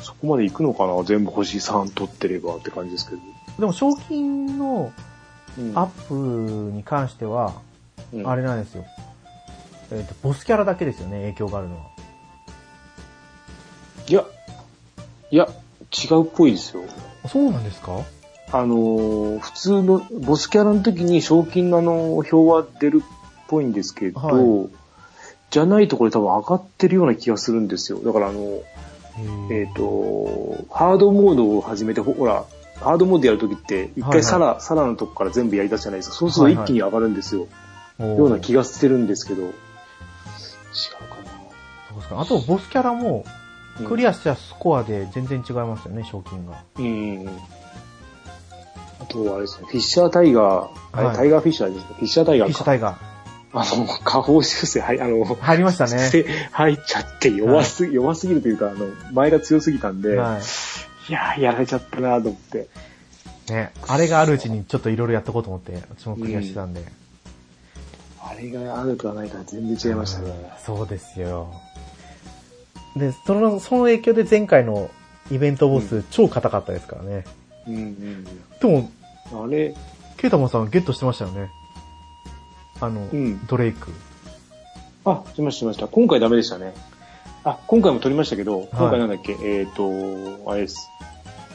Speaker 2: そこまで行くのかな全部星3取ってればって感じですけど。
Speaker 1: でも賞金の
Speaker 2: うん
Speaker 1: アップに関しては、
Speaker 2: うん
Speaker 1: あれなんですよ。えっ、と、ボスキャラだけですよね、影響があるのは。
Speaker 2: いや、いや、違うっぽいですよ。
Speaker 1: あそうなんですか
Speaker 2: あのー普通のボスキャラの時に賞金のあの表は出るっぽいんですけど、
Speaker 1: は
Speaker 2: じゃないとこれ多分上がってるような気がするんですよ。だからあの、
Speaker 1: へ
Speaker 2: え
Speaker 1: え
Speaker 2: っ、と、ハードモードを始めて、ほほら、ハードモードやるときって、一
Speaker 1: はいはい
Speaker 2: 回サラ、サラのとこから全部やり出すじゃないですか。そうすると一気に上がるんですよ。ような気がしてるんですけど、違うか
Speaker 1: そうですか。あと、ボスキャラも、
Speaker 2: な。
Speaker 1: ク
Speaker 2: ア。
Speaker 1: リアしたスコアで全然違いますよね、賞金が。
Speaker 2: うん。あと、あれですね、フィッシャータイガー、あれ
Speaker 1: はい
Speaker 2: タイガーフィッシャーですかフィッシャータイ
Speaker 1: フ
Speaker 2: ガ
Speaker 1: ィッ
Speaker 2: ー
Speaker 1: シュ
Speaker 2: か。
Speaker 1: タイガー。
Speaker 2: あの、下方修正、はい、あの、
Speaker 1: 入りましたね。
Speaker 2: せ (laughs) 入っちゃって弱す、弱すぎるというか、あの、前が強すぎたんで、、
Speaker 1: はい
Speaker 2: やー、やられちゃったなと思って。
Speaker 1: い。ね、あれがあるうちにちょっといろいろやっとこうと思って、私もクリアしてたんで。
Speaker 2: あれがあるとはないから全然違いましたね。
Speaker 1: そうですよ。で、その、その影響で前回のイベントボス、超硬かったですからね。
Speaker 2: うんうん
Speaker 1: でも、
Speaker 2: うん。あれ、
Speaker 1: ケイタマンさんゲットしてましたよね。あの、
Speaker 2: うん
Speaker 1: ドレイク。
Speaker 2: あ、しました、しました。今回ダメでしたね。あ、今回も撮りましたけど、今回なんだっけ、えっ、と、あれです。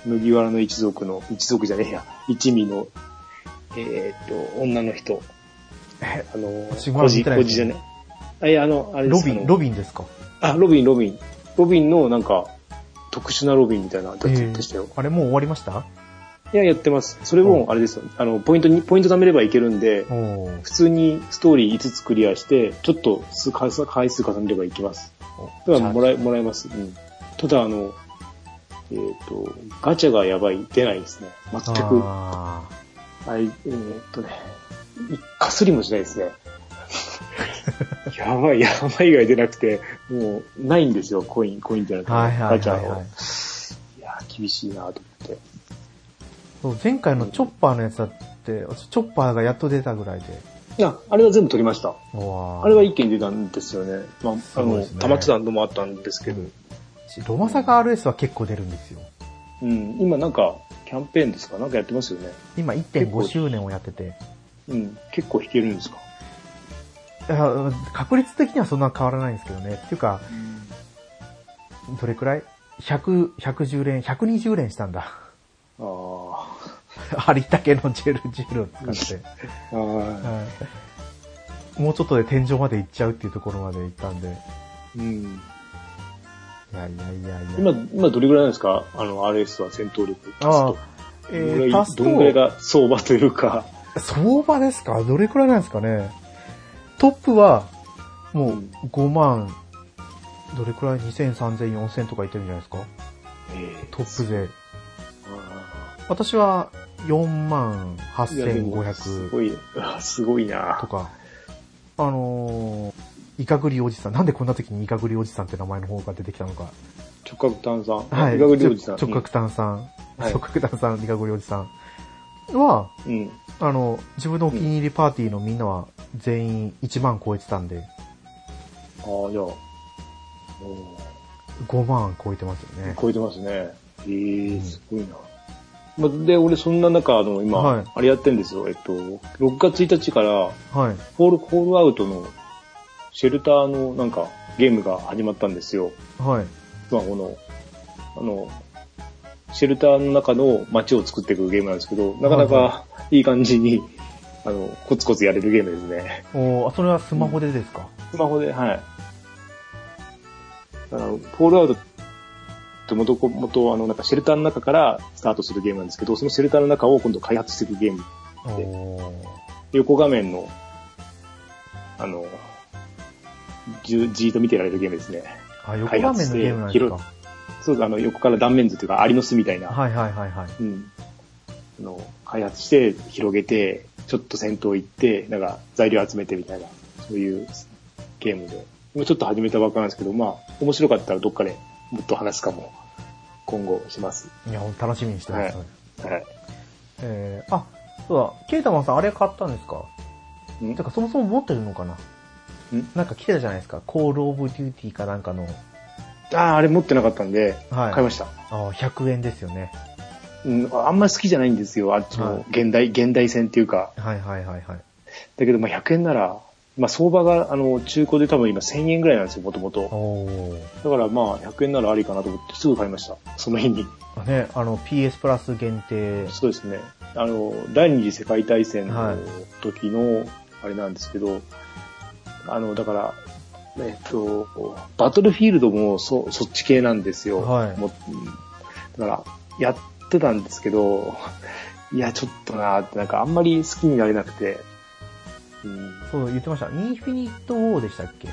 Speaker 2: 麦わらの一族の、一族じゃねえや、一味の、えっ、と、女の人。
Speaker 1: え
Speaker 2: あの、
Speaker 1: 私まだ
Speaker 2: お
Speaker 1: 見
Speaker 2: じ、
Speaker 1: てない
Speaker 2: おじじゃね。あ、いや、あの、あれで
Speaker 1: ロ
Speaker 2: す
Speaker 1: ビ
Speaker 2: あ
Speaker 1: ン、
Speaker 2: の
Speaker 1: ロビンですか
Speaker 2: あ、ロビン、ロビン。ロビンのなんか、特殊なロビンみたいなやつでしたよ。
Speaker 1: あれもう終わりました
Speaker 2: いや、やってます。それも、あれですよ。あの、ポイントに、ポイント貯めればいけるんで、
Speaker 1: おおー
Speaker 2: 普通にストーリー5つクリアして、ちょっと数回数回数重ねればいきます。だからもらえ、もらえます。うん。ただ、あの、えっ、と、ガチャがやばい、出ないですね。全く。あ
Speaker 1: あ
Speaker 2: れ、えっ、とね、一かすりもしない
Speaker 1: (laughs)
Speaker 2: ですね。やばい、やばい以外出なくて、もう、ないんですよ、コイン、コインってなって、
Speaker 1: ーはいはい
Speaker 2: ガチ
Speaker 1: は
Speaker 2: ャ
Speaker 1: い、は
Speaker 2: を
Speaker 1: い。。
Speaker 2: いやー、厳しいなと思って。
Speaker 1: そう前回のチョッパーのやつだって、私チョッパーがやっと出たぐらいで。
Speaker 2: いや、あれは全部取りました。
Speaker 1: うわー
Speaker 2: あれは一気に出たんですよね。まあ、あ
Speaker 1: そう
Speaker 2: の、
Speaker 1: ですね
Speaker 2: 溜まってたのもあったんですけど。
Speaker 1: ロマサガ RS は結構出るんですよ。
Speaker 2: うん、今なんか、キャンペーンですかなんかやってますよね。
Speaker 1: 今
Speaker 2: 結構
Speaker 1: 1.5周年をやってて、
Speaker 2: うん、結構弾けるんですか
Speaker 1: あ確率的にはそんな変わらないんですけどね。っていうか、どれくらい ?100、110連、120連したんだ。 (laughs)
Speaker 2: あー
Speaker 1: ありったけのジェル、ジェルを使って。
Speaker 2: あー。
Speaker 1: はいもうちょっとで天井まで行っちゃうっていうところまで行ったんで。
Speaker 2: うん。
Speaker 1: いやいやいやいや。
Speaker 2: 今、今どれぐらいなんですかあの、RS は戦闘力。
Speaker 1: ああ
Speaker 2: 足す、
Speaker 1: え
Speaker 2: とどれぐ
Speaker 1: ー、
Speaker 2: らい
Speaker 1: 足す
Speaker 2: どんぐらい
Speaker 1: と、
Speaker 2: が相場というか。
Speaker 1: 相場ですかどれくらいなんですかねトップは、もう
Speaker 2: うん
Speaker 1: 5万、どれくらい ?2000、3000、4000とかいってるんじゃないですか
Speaker 2: ええ
Speaker 1: トップ勢。
Speaker 2: あ
Speaker 1: 私は4万
Speaker 2: ーいやでもす
Speaker 1: 8500
Speaker 2: ごい、あーすごい
Speaker 1: と
Speaker 2: な。
Speaker 1: か、あのー、イカグリおじさん。なんでこんな時にイカグリおじさんって名前の方が出てきたのか。
Speaker 2: 直角炭酸。
Speaker 1: はい。
Speaker 2: 理学領事さん。
Speaker 1: 直角炭酸。
Speaker 2: はい
Speaker 1: 直角炭酸、イカグリおじさんは、
Speaker 2: うん。
Speaker 1: あの、自分のお気に入りパーティーのみんなは全員1万超えてたんで、
Speaker 2: ああ、じゃあ。おー
Speaker 1: 5万超えてますよね。
Speaker 2: 超えてますね。ええ
Speaker 1: ん
Speaker 2: すごいな。まあ、で、俺そんな中、あの、今、
Speaker 1: はい
Speaker 2: あれやってんですよ。えっと、6月1日から、
Speaker 1: はい。
Speaker 2: ホール、ホールアウトの、シェルターの、なんか、ゲームが始まったんですよ。
Speaker 1: はい。
Speaker 2: スマホの。あの、シェルターの中の街を作っていくゲームなんですけど、なかなかいい感じに、あの、コツコツやれるゲームですね。
Speaker 1: おーあそれはスマホでですか、
Speaker 2: スマホで、はい。あの、フォールアウトってもともと、あの、なんかシェルターの中からスタートするゲームなんですけど、そのシェルターの中を今度開発していくゲーム。で
Speaker 1: おー
Speaker 2: 横画面の、あの、じじーっと見てられるゲームですね。
Speaker 1: あ、横画面のゲームなんですか
Speaker 2: そうですあの、横から断面図というか、アリの巣みたいな。
Speaker 1: はいはいはいはい。
Speaker 2: うん。あの、開発して、広げて、ちょっと戦闘行って、なんか材料集めてみたいな、そういうゲームで。今ちょっと始めたばっかなんですけど、まあ、面白かったらどっかでもっと話すかも、今後します。
Speaker 1: いや、楽しみにしてます。
Speaker 2: はいはい。
Speaker 1: えー、あ、そうだ、ケイタマンさんあれ買ったんですか
Speaker 2: ん
Speaker 1: てかそもそも持ってるのかななんか来てたじゃないですか。コールオブデューティーかなんかの
Speaker 2: ああ、あれ持ってなかったんで、
Speaker 1: はい
Speaker 2: 買いました。
Speaker 1: あー100円ですよね。
Speaker 2: うん、あんまり好きじゃないんですよ、あっち
Speaker 1: はい
Speaker 2: の現代、現代戦っていうか。
Speaker 1: はいはいはいはい。
Speaker 2: だけど、まあ、100円なら、まあ、相場が、あの、中古で多分今1000円ぐらいなんですよ、もともと。
Speaker 1: おー。
Speaker 2: だから、まあ、100円ならありかなと思って、すぐ買いました。その日に。
Speaker 1: ね、あの、PS プラス限定。
Speaker 2: そうですね。あの、第二次世界大戦
Speaker 1: はい
Speaker 2: の時の、あれなんですけど、あの、だから、えっと、バトルフィールドもそそっち系なんですよ。
Speaker 1: はい
Speaker 2: もううんだから、やってたんですけど、いや、ちょっとなーって、なんかあんまり好きになれなくて、うん、
Speaker 1: そう、言ってました。インフィニットウォーでしたっけ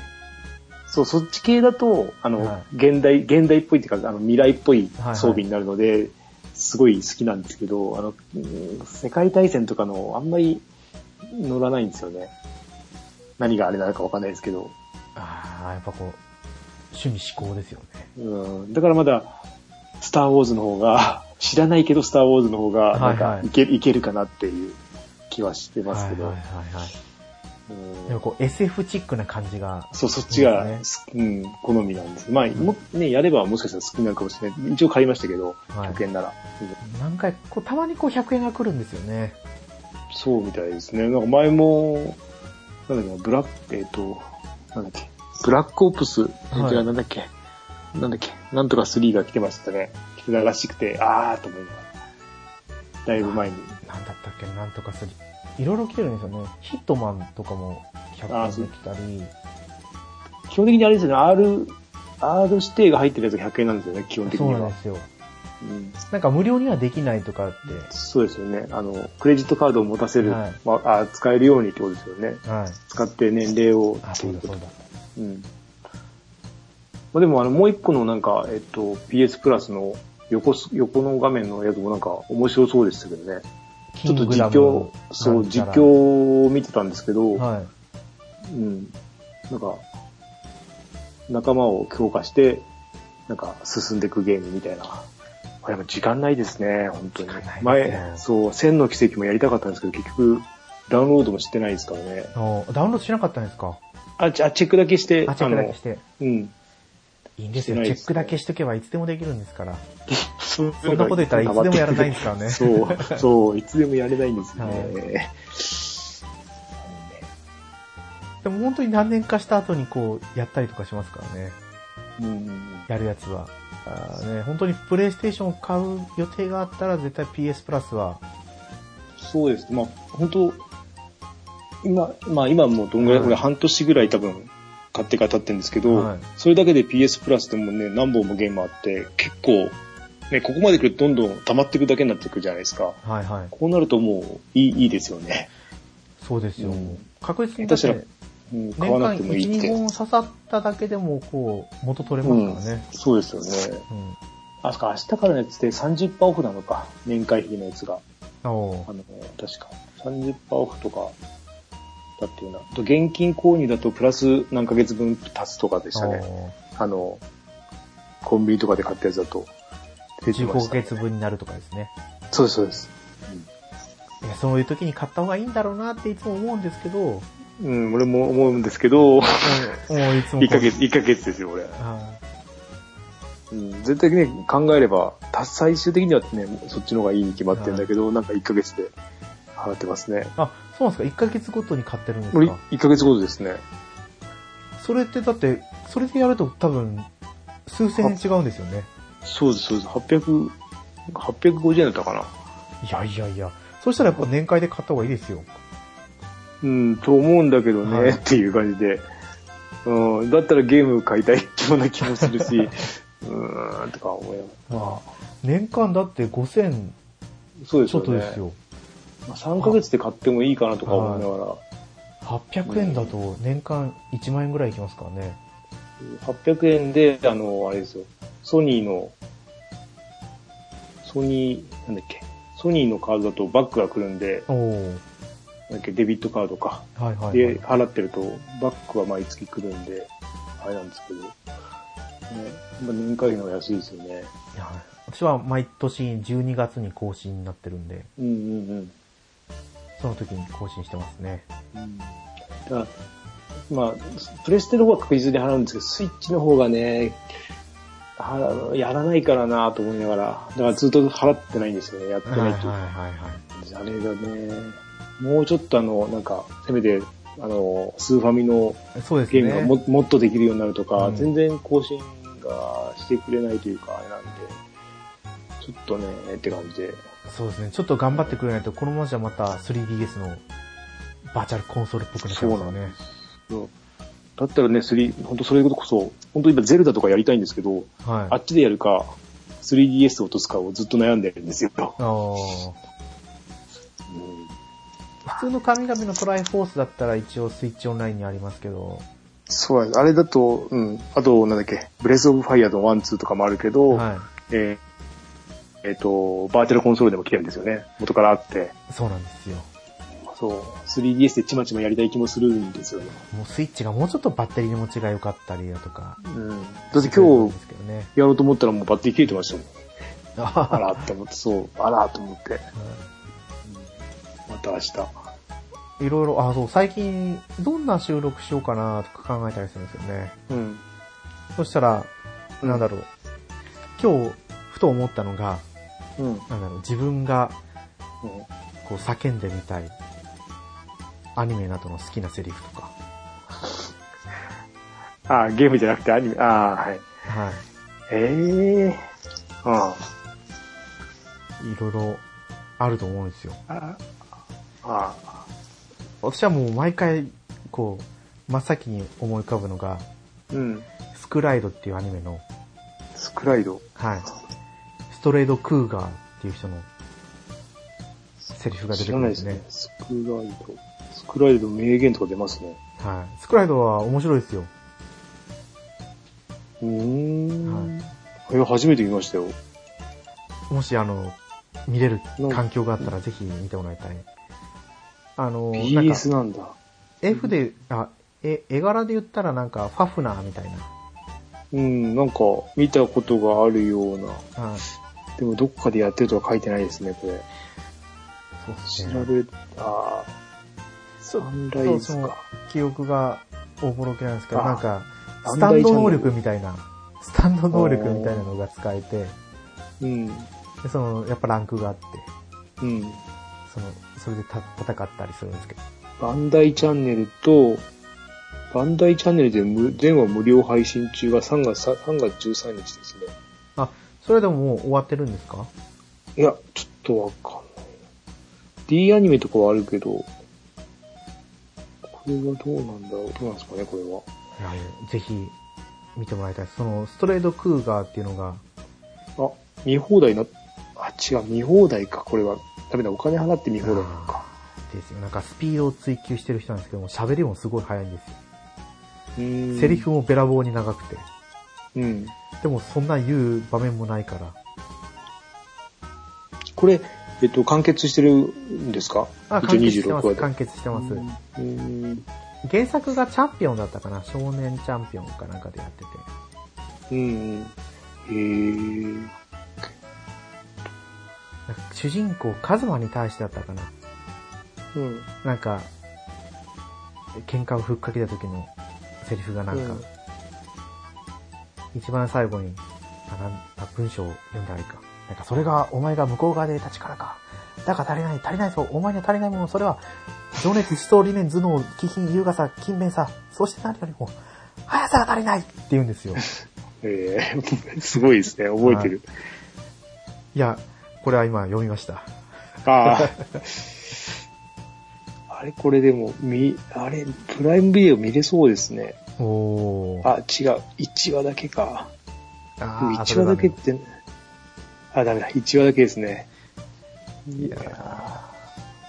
Speaker 2: そう、そっち系だと、あの、
Speaker 1: は
Speaker 2: 現代、現代っぽいっていうか、あの、未来っぽい
Speaker 1: はいはい
Speaker 2: 装備になるので、すごい好きなんですけど、あの、うん世界大戦とかの、あんまり乗らないんですよね。何があれなのかわかんないですけど。
Speaker 1: ああ、やっぱこう、趣味思考ですよね。
Speaker 2: うん。だからまだ、スターウォーズの方が、知らないけどスターウォーズの方が、なん
Speaker 1: はい
Speaker 2: か
Speaker 1: はい
Speaker 2: いけ、いけるかなっていう気はしてますけど。
Speaker 1: はいはいはいはい。
Speaker 2: うん
Speaker 1: でもこう、SF チックな感じが。
Speaker 2: そう、そっちが、
Speaker 1: いいです
Speaker 2: うん、好みなんです。まあ、もね、やればもしかしたら好きになるかもしれない。一応買いましたけど、
Speaker 1: はい
Speaker 2: 100円なら。うん
Speaker 1: 何回、こう、たまにこう、100円が来るんですよね。
Speaker 2: そうみたいですね。なんか前も、なんだっけな、ブラック、えっ、と、なんだっけ、ブラックオプス、
Speaker 1: い
Speaker 2: 違うなんだっけ、なんだっけ、なんとか3が来てましたね。来てたらしくて、あーと思いながら。だいぶ前に。
Speaker 1: なんだったっけ、なんとかする。いろいろ来てるんですよね。ヒットマンとかも100
Speaker 2: あー
Speaker 1: 円で来たり。
Speaker 2: 基本的にあれですよね、R、R 指定が入ってるやつが100円なんですよね、基本的
Speaker 1: そ
Speaker 2: に
Speaker 1: うなん
Speaker 2: は
Speaker 1: で。すよ。
Speaker 2: うん
Speaker 1: なんか無料にはできないとかっ
Speaker 2: そうですよね。あの、クレジットカードを持たせる、
Speaker 1: はい
Speaker 2: まあ、あ使えるようにってことですよね。
Speaker 1: て。はい。
Speaker 2: 使って年齢を
Speaker 1: あ、
Speaker 2: って
Speaker 1: そ
Speaker 2: いうう
Speaker 1: だそ
Speaker 2: こと
Speaker 1: う。だ。
Speaker 2: うん。まあ、でも、あの、もう一個のなんか、えっと、PS プラスの横す、横の画面のやつもなんか面白そうでしたけどね。ちょっと実況、そう、実
Speaker 1: 況。
Speaker 2: 況を見てたんですけど、
Speaker 1: はい。
Speaker 2: うん。なんか、仲間を強化して、なんか、進んでいくゲームみたいな。これも時間ないですね、本当に。
Speaker 1: 時間ないですね
Speaker 2: 前、そう、千の奇跡もやりたかったんですけど、結局、ダウンロードもしてないですからね。
Speaker 1: あのダウンロードしなかったんですか
Speaker 2: あ、ちあチェックだけして、
Speaker 1: あ、チェックだけして。
Speaker 2: あの、うん。
Speaker 1: いいんです
Speaker 2: して
Speaker 1: よ。
Speaker 2: ない
Speaker 1: チェ
Speaker 2: ですね
Speaker 1: ックだけしとけばいつでもできるんですから。
Speaker 2: そんな
Speaker 1: そんなこと言ったらいつでもやらないんですからね。
Speaker 2: そう、そう、いつでもやれないんですよね。
Speaker 1: はでも本当に何年かした後にこう、やったりとかしますからね。
Speaker 2: うん、
Speaker 1: やるやつは。あーね、本当にプレイステーションを買う予定があったら絶対 PS プラスは。
Speaker 2: そうです。まあ、本当今、まあ今もうどんぐらい、
Speaker 1: はい
Speaker 2: 俺半年ぐらい多分買ってから経ってるんですけど、
Speaker 1: はい
Speaker 2: それだけで PS プラスでもね、何本もゲームあって、結構、ね、ここまで来るとどんどん溜まっていくだけになっていくじゃないですか。
Speaker 1: はいはい。
Speaker 2: こうなるともういい、いいですよね。
Speaker 1: そうですよ。
Speaker 2: うん
Speaker 1: 確実にだっ
Speaker 2: 下手した
Speaker 1: て
Speaker 2: らうん、買
Speaker 1: 年
Speaker 2: わな
Speaker 1: 間
Speaker 2: く
Speaker 1: 1、
Speaker 2: てもいいっ
Speaker 1: 2
Speaker 2: て。
Speaker 1: 本刺さっただけでもこう、元取れますからね。
Speaker 2: うん、そうですよね。
Speaker 1: うん。
Speaker 2: あ、そっか、明日からのやつで30%オフなのか。年会費のやつが。
Speaker 1: お
Speaker 2: あの、確か。30%オフとか、だっていうな。あと、現金購入だとプラス何ヶ月分足すとかでしたね。
Speaker 1: ね。
Speaker 2: あの、コンビニとかで買ったやつだと。出て
Speaker 1: 15
Speaker 2: ま
Speaker 1: ヶ
Speaker 2: したね
Speaker 1: 月分になるとかですね。
Speaker 2: そうです、そうです。
Speaker 1: いやそういう時に買った方がいいんだろうなっていつも思うんですけど、も
Speaker 2: うん、俺も思うんですけど、
Speaker 1: うもういつもこう
Speaker 2: 1ヶ月、一ヶ月ですよ、俺。
Speaker 1: あ
Speaker 2: うん、絶対ね、考えれば、た最終的にはね、そっちの方がいいに決まってるんだけど、なんか1ヶ月で払ってますね。
Speaker 1: ーあ、そうなんですか ?1 ヶ月ごとに買ってるんです
Speaker 2: 俺、
Speaker 1: か
Speaker 2: 1ヶ月ごとですね。
Speaker 1: それってだって、それでやると多分、数千円違うんですよね。
Speaker 2: そうです、そうです。800、850円だったかな。
Speaker 1: いやいやいや。そしたらやっぱ年会で買った方がいいですよ。
Speaker 2: うん、と思うんだけどね、
Speaker 1: はい
Speaker 2: っていう感じで。うん、だったらゲーム買いたいような気もす
Speaker 1: (laughs)
Speaker 2: るし、うーん、とか思い
Speaker 1: まあ、年間だって5000
Speaker 2: そうです
Speaker 1: ちょっ
Speaker 2: よね。
Speaker 1: とですよ。
Speaker 2: まあ、3ヶ月で買ってもいいかなとか思いなが
Speaker 1: 800円だと年間1万円ぐらいいきますからね。
Speaker 2: ら、800円で、あの、あれですよ、ソニーの、ソニー、なんだっけ、ソニーのカードだとバックが来るんで、
Speaker 1: おお
Speaker 2: なんだっけ、デビットカードか。
Speaker 1: はいはい、は
Speaker 2: で、
Speaker 1: い。
Speaker 2: 払ってると、バックは毎月来るんで、あれなんですけど、ね、まあ年会費の方が安いですよね。
Speaker 1: いや私は毎年12月に更新になってるんで、
Speaker 2: うんうんうん。
Speaker 1: その時に更新してますね。
Speaker 2: うんだからまあ、プレステの方は確実に払うんですけど、スイッチの方がね、はやらないからなと思いながら、だからずっと払ってないんですよね、やって
Speaker 1: はいは
Speaker 2: ないいと。
Speaker 1: はいはい。
Speaker 2: あれがね、もうちょっとあの、なんか、せめて、あの、スーファミの
Speaker 1: そうです
Speaker 2: ゲ
Speaker 1: ね。
Speaker 2: ームがも,、もっとできるようになるとか、
Speaker 1: うん
Speaker 2: 全然更新がしてくれないというか、あれなんで、ちょっとね、って感じで。
Speaker 1: そうですね。ちょっと頑張ってくれないと、このままじゃまた 3DS のバーチャルコンソールっぽくなっちゃいますよね。
Speaker 2: うんだったらね、3、本当それこそ、本当今ゼルダとかやりたいんですけど、
Speaker 1: はい。
Speaker 2: あ
Speaker 1: あ
Speaker 2: っちでやるか、3DS を落とすかをずっと悩んでるんですよ。
Speaker 1: あー普通の神々のトライフォースだったら一応スイッチオンラインにありますけど、
Speaker 2: そうなんです。あれだと、うん。あと、なんだっけ、ブレスオブファイアのワン、ツーとかもあるけど、
Speaker 1: は
Speaker 2: えーえっ、と、バーチャルコンソールでも来てるんですよね。元からあって。
Speaker 1: い。そうなんですよ。
Speaker 2: そう。3DS でちまちまやりたい気もするんですよね。
Speaker 1: もうスイッチがもうちょっとバッテリーの持ちが良かったりだとか。
Speaker 2: うん。だって今
Speaker 1: で
Speaker 2: 日
Speaker 1: すけどね。 (laughs)
Speaker 2: やろうと思ったらもうバッテリー切れてましたもん。あ
Speaker 1: あ
Speaker 2: らって思って、そう。あらと思って。また明日。
Speaker 1: いろいろ、あ、そう、最近、どんな収録しようかなとか考えたりするんですよね。
Speaker 2: うん。
Speaker 1: そしたら、なんだろう。今日、ふと思ったのが、
Speaker 2: うん。うん。
Speaker 1: なんだろう、自分がこう叫んでみたいアニメなどの好きなセリフとか、
Speaker 2: あー、ゲームじゃなくてアニメ。あー、はい。
Speaker 1: は
Speaker 2: ええー。うん。
Speaker 1: い、いろいろあると思うんですよ。
Speaker 2: ああ、
Speaker 1: 私はもう毎回、こう、真っ先に思い浮かぶのが、
Speaker 2: うん。
Speaker 1: スクライドっていうアニメの、
Speaker 2: スクライド。
Speaker 1: はい、ストレイド・クーガーっていう人のセリフが出て
Speaker 2: 知
Speaker 1: く
Speaker 2: ら
Speaker 1: るん
Speaker 2: ない
Speaker 1: で
Speaker 2: ですす
Speaker 1: ね。
Speaker 2: ね。スクライド。スクライド名言とか出ますね。
Speaker 1: はい。スクライドは面白いですよ。
Speaker 2: うーん。え、初めて見ましたよ。
Speaker 1: もし、あの、見れる環境があったらぜひ見てもらいたい。あの、なんか
Speaker 2: BS なんだ。
Speaker 1: F で、あ、え、絵柄で言ったらなんか、ファフナーみたいな。
Speaker 2: うん、なんか、見たことがあるような。
Speaker 1: はい。
Speaker 2: でも、どっかでやってるとは書いてないですね、これ。
Speaker 1: そうです
Speaker 2: 調
Speaker 1: ね。
Speaker 2: べ
Speaker 1: ち
Speaker 2: た。
Speaker 1: ょっ
Speaker 2: サ
Speaker 1: と
Speaker 2: ンライズ
Speaker 1: その
Speaker 2: か。
Speaker 1: 記憶がおぼろけなんですけど、
Speaker 2: あ
Speaker 1: なんか、
Speaker 2: サ
Speaker 1: ス
Speaker 2: ン
Speaker 1: タ
Speaker 2: ライ
Speaker 1: ン
Speaker 2: ズ
Speaker 1: ド能力みたいな、スタンド能力みたいなのが使えて、
Speaker 2: うん。
Speaker 1: でその、やっぱランクがあって、
Speaker 2: うん。
Speaker 1: その、それでた戦ったりするんですけど。
Speaker 2: バンダイチャンネルと、バンダイチャンネルで無全話無料配信中が3月、3月13日ですね。
Speaker 1: それでももう終わってるんですか
Speaker 2: いや、ちょっとわかんない。D アニメとかはあるけど、これはどうなんだろうどうなんですかね、これは。
Speaker 1: いやぜひ、見てもらいたいです。その、ストレートクーガーっていうのが、
Speaker 2: あ、見放題な、あ、違う、見放題か、これは。ダメだ、お金払って見放題なのか。
Speaker 1: ですよ。なんか、スピードを追求してる人なんですけども、喋りもすごい速いんですよ。
Speaker 2: うーん
Speaker 1: セリフもべらぼうに長くて。
Speaker 2: うん。
Speaker 1: でも、そんな言う場面もないから。
Speaker 2: これ、えっと、完結してるんですか
Speaker 1: あ、
Speaker 2: 一応
Speaker 1: 完結してま
Speaker 2: 話
Speaker 1: す。
Speaker 2: で
Speaker 1: 完結してます。
Speaker 2: うーん。
Speaker 1: 原作がチャンピオンだったかな少年チャンピオンかなんかでやってて。
Speaker 2: うん。へー。
Speaker 1: なんか主人公、カズマに対してだったかな
Speaker 2: うん。
Speaker 1: なんか、喧嘩をふっかけた時のセリフがなんか、
Speaker 2: うん
Speaker 1: 一番最後に、あ、なんあ文章を読んだらいいか。なんか、それが、お前が向こう側で得た力か。だが足りない、足りないぞ。お前には足りないもの、それは、情熱、思想、理念、頭脳、気品、優雅さ、勤勉さ、そして何よりも、速さが足りないって言うんですよ。
Speaker 2: えー、 (laughs) すごいですね、覚えてる。
Speaker 1: いや、これは今読みました。
Speaker 2: ああ。あれ、これでも、み、あれ、プライムビデオ見れそうですね。
Speaker 1: おー。
Speaker 2: あ、違う。1話だけか。でも
Speaker 1: あー
Speaker 2: 1話だけっ。
Speaker 1: そ
Speaker 2: て、あ、ダメだ。1話だけですね。い
Speaker 1: れ
Speaker 2: や
Speaker 1: ダメいや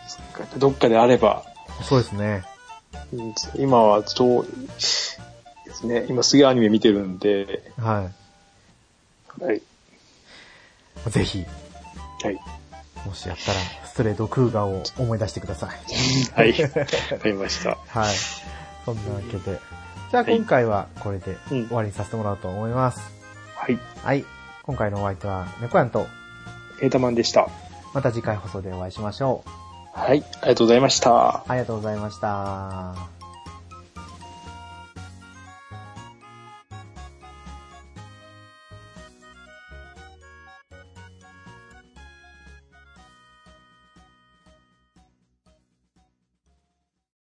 Speaker 2: そっかどっかであれば、
Speaker 1: ーそうですね。
Speaker 2: うん今はちょう、ですね。今すげえアニメ見てるんで、
Speaker 1: は
Speaker 2: はい。
Speaker 1: い。ぜひ、
Speaker 2: はい。
Speaker 1: もしやったら、ストレートクーガーを思い出してください。
Speaker 2: はい。わかりました。
Speaker 1: はい。そんなわけで。じゃあ今回はこれで
Speaker 2: うん
Speaker 1: 終わりにさせてもらおうと思います。
Speaker 2: はい。
Speaker 1: はい。今回のお相手は、猫やんと、
Speaker 2: エータマンでした。
Speaker 1: また次回放送でお会いしましょう。
Speaker 2: はい。ありがとうございました。
Speaker 1: ありがとうございました。